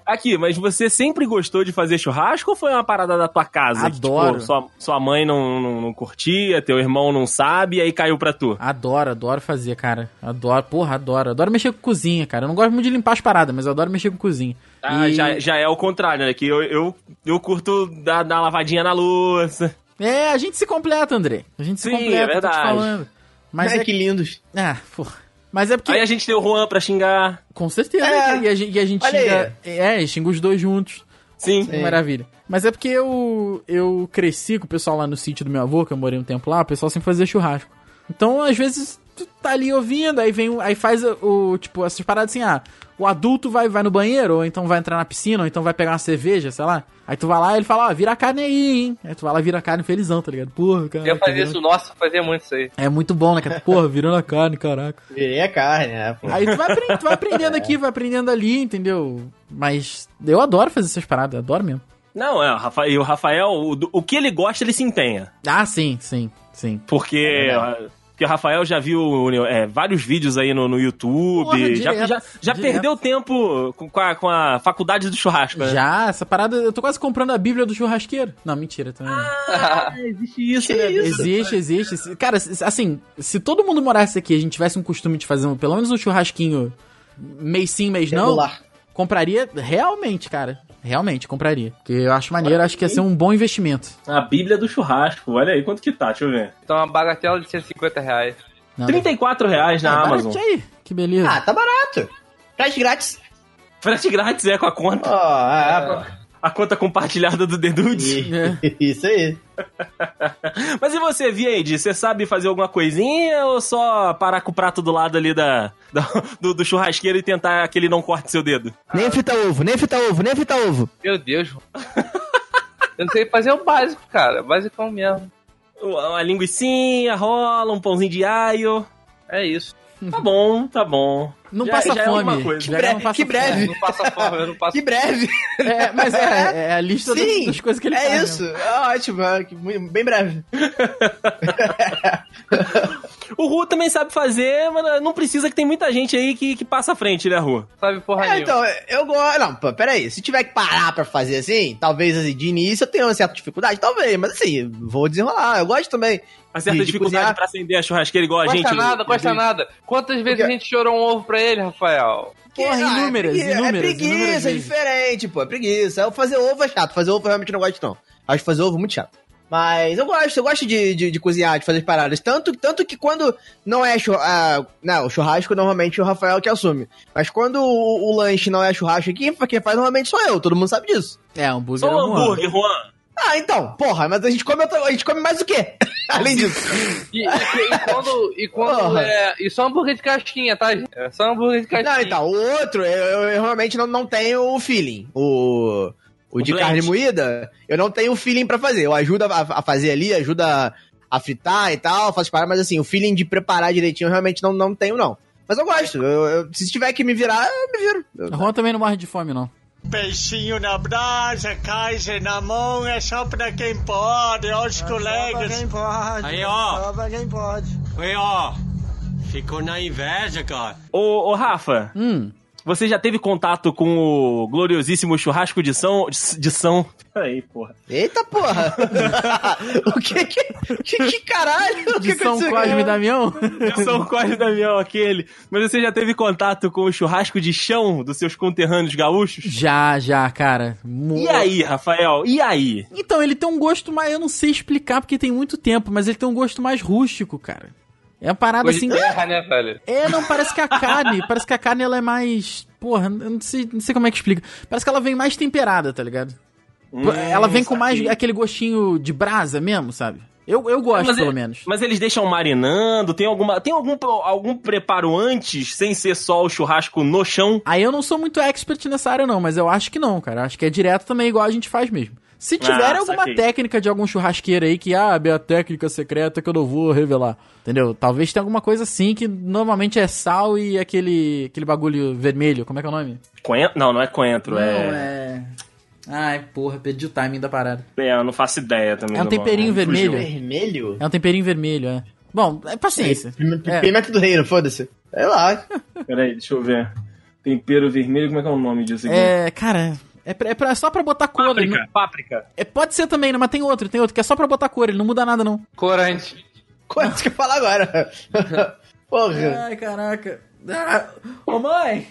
S3: Aqui, mas você sempre gostou de fazer churrasco ou foi uma parada da tua casa? Que,
S2: Adoro.
S3: tipo, sua, sua mãe não, não, não curtia, teu irmão não sabe, e aí caiu pra tu.
S2: Adoro, adoro fazer, cara. Adoro, porra, adoro. Adoro mexer com cozinha, cara. Eu não gosto muito de limpar as paradas, mas eu adoro mexer com cozinha.
S3: Ah,
S2: E-
S3: já, já é o contrário, né? Que eu, eu, eu curto dar, dar uma lavadinha na louça.
S2: É, a gente se completa, André. A gente se
S3: Sim,
S2: completa,
S3: é
S2: tô te
S3: verdade.
S2: falando. Mas
S4: Ai,
S2: é
S4: que lindos.
S2: Ah, porra. Mas é porque.
S3: Aí a gente tem o Juan pra xingar.
S2: Com certeza.
S4: É.
S2: E a gente, e a gente
S4: Olha
S2: xinga. É, xinga os dois juntos.
S3: Sim.
S4: Sim.
S2: Maravilha. Mas é porque eu, eu cresci com o pessoal lá no sítio do meu avô, que eu morei um tempo lá, o pessoal sempre fazia churrasco. Então, às vezes, tu tá ali ouvindo, aí vem. o- Aí faz o. Tipo, essas paradas assim, ah. O adulto vai, vai no banheiro, ou então vai entrar na piscina, ou então vai pegar uma cerveja, sei lá. Aí tu vai lá e ele fala, ó, vira a carne aí, hein? Aí tu vai lá e vira a carne felizão, tá ligado? Porra, cara.
S5: Eu
S2: tá
S5: fazia
S2: virando-
S5: isso, nossa, eu fazia muito isso aí.
S4: [LAUGHS]
S2: É muito bom, né, cara? Porra, virando a carne, caraca.
S4: Virei a carne, né? pô.
S2: Aí tu vai, apren- tu vai aprendendo aqui, vai aprendendo ali, entendeu? Mas eu adoro fazer essas paradas, eu adoro mesmo.
S3: Não, é, o Rafa- e o Rafael, o, do- o que ele gosta, ele se empenha.
S2: Ah, sim, sim, sim. É
S3: Porque, ah, porque o Rafael já viu é, vários vídeos aí no, no YouTube.
S2: Porra,
S3: já
S2: direto,
S3: já, já
S2: direto.
S3: perdeu tempo com, com a, com a faculdade do churrasco, né?
S2: Já, essa parada, eu tô quase comprando a Bíblia do churrasqueiro. Não, mentira, também. não.
S3: Ah, Existe isso, né?
S2: Existe, existe. Se- Cara, se- assim, se todo mundo morasse aqui e a gente tivesse um costume de fazer um- pelo menos um churrasquinho mês sim, mês não,
S4: Regular.
S2: compraria realmente, cara. Realmente, compraria. Porque eu acho maneiro, acho que ia ser um bom investimento.
S3: A Bíblia do Churrasco, olha aí quanto que tá, deixa eu ver.
S5: Então, uma bagatela de 150 reais.
S2: Não,
S3: 34 reais na
S2: Ah,
S3: Amazon.
S2: baratinho né? aí, que beleza.
S4: Ah, tá barato. Traz grátis.
S3: Frete grátis é com a
S4: Ó,
S3: conta.
S4: ah, ah,
S3: A conta compartilhada do Dedudes.
S2: [LAUGHS] É.
S4: [LAUGHS] Isso aí.
S3: Mas e você, Viende? Você sabe fazer alguma coisinha ou só parar com o prato do lado ali da, da- do, do churrasqueiro e tentar que ele não corte seu dedo?
S4: Nem frita ovo, nem frita ovo, nem frita ovo.
S5: Meu Deus. mano. Eu não sei fazer o básico, cara. Basicão mesmo.
S3: Uma linguiçinha, rola, um pãozinho de aio.
S5: É isso.
S3: Tá bom, tá bom.
S2: Não
S3: Já-
S2: passa
S3: já é
S2: fome.
S3: alguma coisa.
S2: Já
S4: Que
S2: não
S4: breve,
S2: passa
S4: que
S2: fome.
S4: breve.
S5: Eu não passo a forma, eu não passo.
S4: Que breve.
S2: [LAUGHS] É, mas é, é a lista do-
S4: Sim,
S2: das coisas que ele
S4: é
S2: faz, né?
S4: isso. É ótimo, é que mu- bem breve.
S3: O Ru também sabe fazer, mas não precisa que tem muita gente aí que, que passa à frente, né, Ru?
S5: Sabe porra
S4: É,
S5: nenhuma.
S4: então, eu gosto. Não, pô, peraí. Se tiver que parar pra fazer assim, talvez assim, de início eu tenha uma certa dificuldade, talvez, mas assim, vou desenrolar. Eu gosto também.
S3: A certa
S4: De- de
S3: dificuldade
S4: cozinhar.
S3: pra acender a churrasqueira igual a
S5: Gosta
S3: gente.
S5: nada, gosta
S3: gente.
S5: nada. Quantas vezes
S4: Porque-
S5: a gente chorou um ovo pra ele, Rafael?
S2: Porra,
S4: Ah,
S2: inúmeras,
S4: é pregui-
S2: inúmeras,
S4: É preguiça,
S2: inúmeras
S4: é
S2: vezes.
S4: diferente, pô. É preguiça. Eu fazer ovo é chato. Fazer ovo eu realmente não gosto, não. Acho que fazer ovo é muito chato. Mas eu gosto, eu gosto de, de, de cozinhar, de fazer as paradas. Tanto, tanto que quando não é churrasco. não, o churrasco normalmente é o Rafael que assume. Mas quando o, o lanche não é churrasco aqui, quem faz normalmente sou eu, todo mundo sabe disso.
S2: É, hambúrguer.
S3: Só
S2: é
S3: um
S2: um
S3: hambúrguer, Juan.
S4: Ah, então, porra, mas a gente come, outra- a gente come mais o quê? [LAUGHS] Além disso.
S5: E, e- e quando. E, quando
S4: Porra.
S5: é, e só hambúrguer de casquinha, tá, gente? É só hambúrguer de casquinha.
S4: Não, então, o outro, eu, eu- eu realmente não, não tenho o feeling. O, o, de
S3: blend.
S4: carne moída, eu não tenho o feeling pra fazer. Eu ajudo a, a fazer ali, ajuda a fritar e tal, faço parar, mas assim, o feeling de preparar direitinho eu realmente não, não tenho, não. Mas eu gosto. eu- eu- se tiver que me virar, eu me viro. Eu-
S2: Juan também não morre de fome, não.
S6: Peixinho na brasa, caixa na mão, é só pra quem pode, ó os colegas. É Só pra quem pode. Aí, ó. Só pra quem pode. Aí, ó. Ficou na inveja, cara.
S3: Ô, ô, Rafa,
S2: Hum,
S3: você já teve contato com o gloriosíssimo churrasco de São. De São. Peraí, porra. [LAUGHS]
S4: Eita porra! [LAUGHS] o que que, que. que caralho? O que
S2: de São
S4: aconteceu aqui?
S2: Cosme e Damião?
S3: De São Cosme e Damião, aquele. Mas você já teve contato com o churrasco de chão dos seus conterrâneos
S2: [LAUGHS]
S3: gaúchos?
S2: já, já, cara. Mu-
S3: E aí, Rafael? E aí?
S2: Então, ele tem um gosto mais... Eu não sei explicar, porque tem muito tempo, mas ele tem um gosto mais rústico, cara. É uma parada
S5: Gosto
S2: assim...
S5: de terra, né, velho?
S2: É, não, parece que a carne, parece que a carne ela é mais. Porra, eu não sei, não sei como é que explica. Parece que ela vem mais temperada, tá ligado? Pô, ela vem com mais
S3: Hum, saquei.
S2: aquele gostinho de brasa mesmo, sabe? Eu, eu gosto,
S3: Mas é-
S2: pelo menos.
S3: Mas eles deixam marinando? Tem, alguma, tem algum, algum preparo antes, sem ser só o churrasco no chão?
S2: Aí eu não sou muito expert nessa área, não, mas eu acho que não, cara. Acho que é direto também, igual a gente faz mesmo. Se tiver
S3: Ah,
S2: alguma
S3: saquei.
S2: técnica de algum churrasqueiro aí que, ah, minha técnica secreta que eu não vou revelar. Entendeu? Talvez tenha alguma coisa assim que normalmente é sal e aquele, aquele bagulho vermelho. Como é que é o nome?
S3: Coentro? Não, não é coentro.
S2: Não, é. Ai, porra, perdi o timing da parada.
S3: É, eu não faço ideia também.
S2: É um
S3: do nome.
S2: temperinho
S3: Fugiu.
S2: vermelho.
S4: Vermelho?
S2: É um temperinho vermelho, é. Bom, é paciência.
S4: Pimenta
S2: É.
S4: pimenta do reino, foda-se. Sei lá.
S3: Peraí, deixa eu ver. Tempero vermelho, como é que é o nome disso aqui?
S2: É, cara, é, pra- é pra- é só pra botar cor. ele não-
S3: Páprica. Páprica.
S2: é, pode ser também, né? mas tem outro, tem outro, que é só pra botar cor, ele não muda nada, não.
S5: Corante.
S4: Quanto que eu falo agora?
S3: [LAUGHS]
S4: Porra.
S2: Ai, caraca. Ah, ô mãe!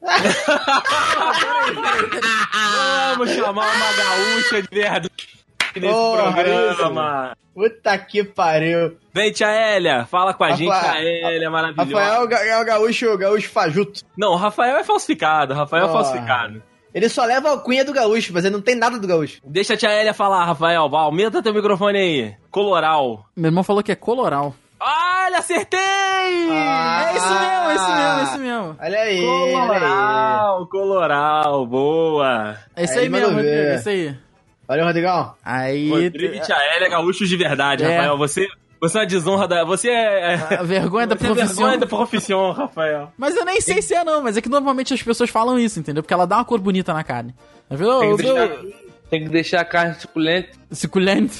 S3: [LAUGHS] Vamos chamar uma gaúcha de verdade nesse
S4: Porra,
S3: programa.
S4: Puta que pariu.
S3: Vem, tia Hélia. Fala com a
S4: Rafael-
S3: gente, tia Hélia, maravilhosa.
S4: Rafael Ga- é o gaúcho, gaúcho fajuto.
S3: Não, Rafael é falsificado. Rafael é
S4: Ah.
S3: falsificado.
S4: Ele só leva a alcunha do gaúcho, mas ele não tem nada do gaúcho.
S3: Deixa a tia Hélia falar, Rafael. Vai, Aumenta teu microfone aí. Coloral.
S2: Meu irmão falou que é coloral.
S3: Olha, acertei!
S4: Ah.
S2: É isso mesmo, é isso mesmo, é isso mesmo.
S4: Olha aí. Olha, aí.
S3: Coloral, coloral, boa.
S2: É isso
S4: Aí
S2: aí,
S4: ele
S2: mesmo,
S4: mandou ver.
S2: Rodrigo, é isso aí.
S4: Olha, Rodrigão.
S2: Aí.
S3: Rodrigo e Tia Hélia, gaúchos de verdade,
S2: É.
S3: Rafael. Você, você é uma desonra da... Você é...
S2: A vergonha Ah, da
S3: Você é
S2: profissão.
S3: vergonha da profissão, Rafael.
S2: Mas eu nem sei se é não, mas é que normalmente as pessoas falam isso, entendeu? Porque ela dá uma cor bonita na carne. Tá vendo?
S5: Tem
S2: Eu-
S5: que, deixar, tem que deixar a carne suculenta.
S3: [LAUGHS]
S2: Suculento.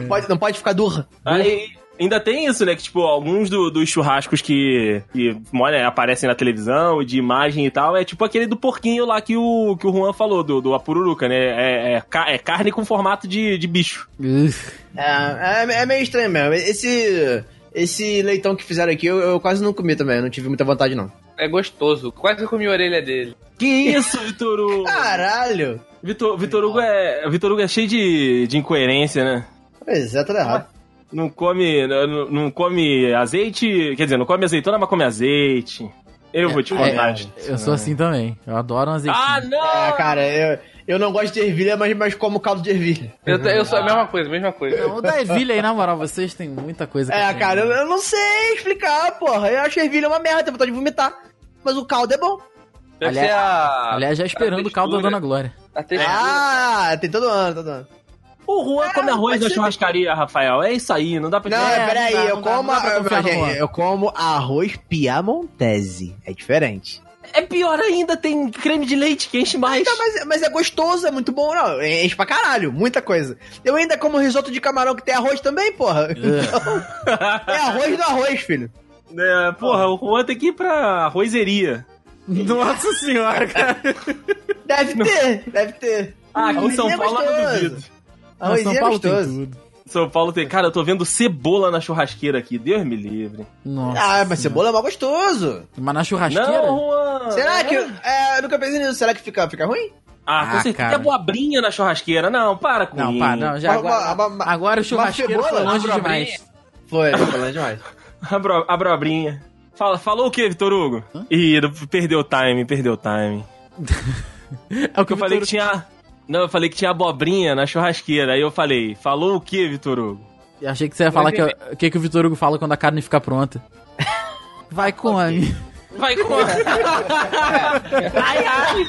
S4: Não pode, não pode ficar durra.
S2: Hum?
S3: Aí, ainda tem isso, né? Que, tipo, alguns do- dos churrascos que, que olha, aparecem na televisão, de imagem e tal, é tipo aquele do porquinho lá que o, que o Juan falou, do, do apururuca, né? É, é ca- é carne com formato de, de bicho.
S2: Uf.
S4: É, é, é meio estranho mesmo. Esse... Esse leitão que fizeram aqui, eu, eu quase não comi também. Eu não tive muita vontade, não.
S5: É gostoso. Quase comi a orelha dele.
S3: Que isso, Vitor Hugo?
S4: Caralho!
S3: Vitor, Vitor Hugo é, Vitor Hugo é cheio de, de incoerência, né?
S4: Pois é, tudo errado.
S3: Não come, não, não come azeite, quer dizer, não come azeitona, mas come azeite. Eu vou te contar.
S4: é,
S3: gente.
S2: Eu sou assim também. Eu adoro um azeitinho.
S3: Ah, não!
S4: É, cara, eu, eu não gosto de ervilha, mas, mas como caldo de ervilha.
S5: Eu, eu sou a mesma coisa, mesma coisa.
S2: Não, o da ervilha aí, na moral, vocês têm muita coisa né?
S4: É,
S2: eu
S4: cara, eu,
S2: tenho.
S4: eu não sei explicar, porra. Eu acho ervilha é uma merda, tenho vontade de vomitar. Mas o caldo é bom.
S5: Deve
S2: Aliás-
S5: ser a.
S2: Aliás, já esperando o caldo da
S5: textura.
S2: Dona Glória.
S5: a textura.
S4: Ah, tem todo ano, todo ano.
S3: O Juan come arroz da churrascaria, Rafael. É isso aí, não dá pra
S4: Não,
S3: É,
S4: peraí,
S2: não dá,
S4: eu,
S2: não dá,
S4: como,
S2: não dá pra
S4: eu,
S2: confiar no
S4: gente,
S2: Juan.
S4: eu como arroz piamontese. É diferente.
S3: É pior ainda, tem creme de leite que enche mais.
S4: Tá, mas, mas é gostoso, é muito bom. Não, enche pra caralho, muita coisa. Eu ainda como risoto de camarão que tem arroz também, porra. Então, é arroz do arroz, filho.
S3: É, porra, o Juan tem que ir pra arrozeria.
S2: Nossa senhora, cara.
S4: Deve ter, deve ter.
S3: Ah, aqui em
S4: Arrozinho
S3: São
S4: é
S3: Paulo eu
S4: gostoso.
S3: duvido.
S2: Não,
S4: Arrozinho
S2: São
S4: é
S2: Paulo tem
S4: gostoso.
S2: tudo.
S3: São Paulo tem. Cara, eu tô vendo cebola na churrasqueira aqui. Deus me livre.
S2: Nossa.
S4: Ah, mas
S2: senhora.
S4: cebola é mal gostoso.
S2: Mas na churrasqueira?
S3: Não, Juan!
S4: Será que. É, eu nunca pensei nisso. Será que fica, fica ruim?
S3: Ah, com
S2: Ah,
S3: certeza.
S2: cara.
S3: Tem abobrinha na churrasqueira. Não, para com
S2: Não,
S3: isso.
S2: pá, não, já
S4: Mas
S2: agora,
S4: uma- uma-
S2: agora o
S4: uma
S2: churrasqueiro foi
S4: cebola?
S2: longe
S5: Abro a
S2: demais.
S4: Foi, tô falando demais.
S3: [LAUGHS] Abro, abrobrinha. Fala, falou o que, Vitor Hugo? Ih, perdeu o time, perdeu o time.
S2: É o que
S3: Eu falei que tinha. Não, eu falei que tinha abobrinha na churrasqueira. Aí eu falei, falou o que, Vitor Hugo?
S2: Eu achei que você ia falar que, o que, que o Vitor Hugo fala quando a carne fica pronta. Vai com a
S5: Vai com.
S3: Ai, ai!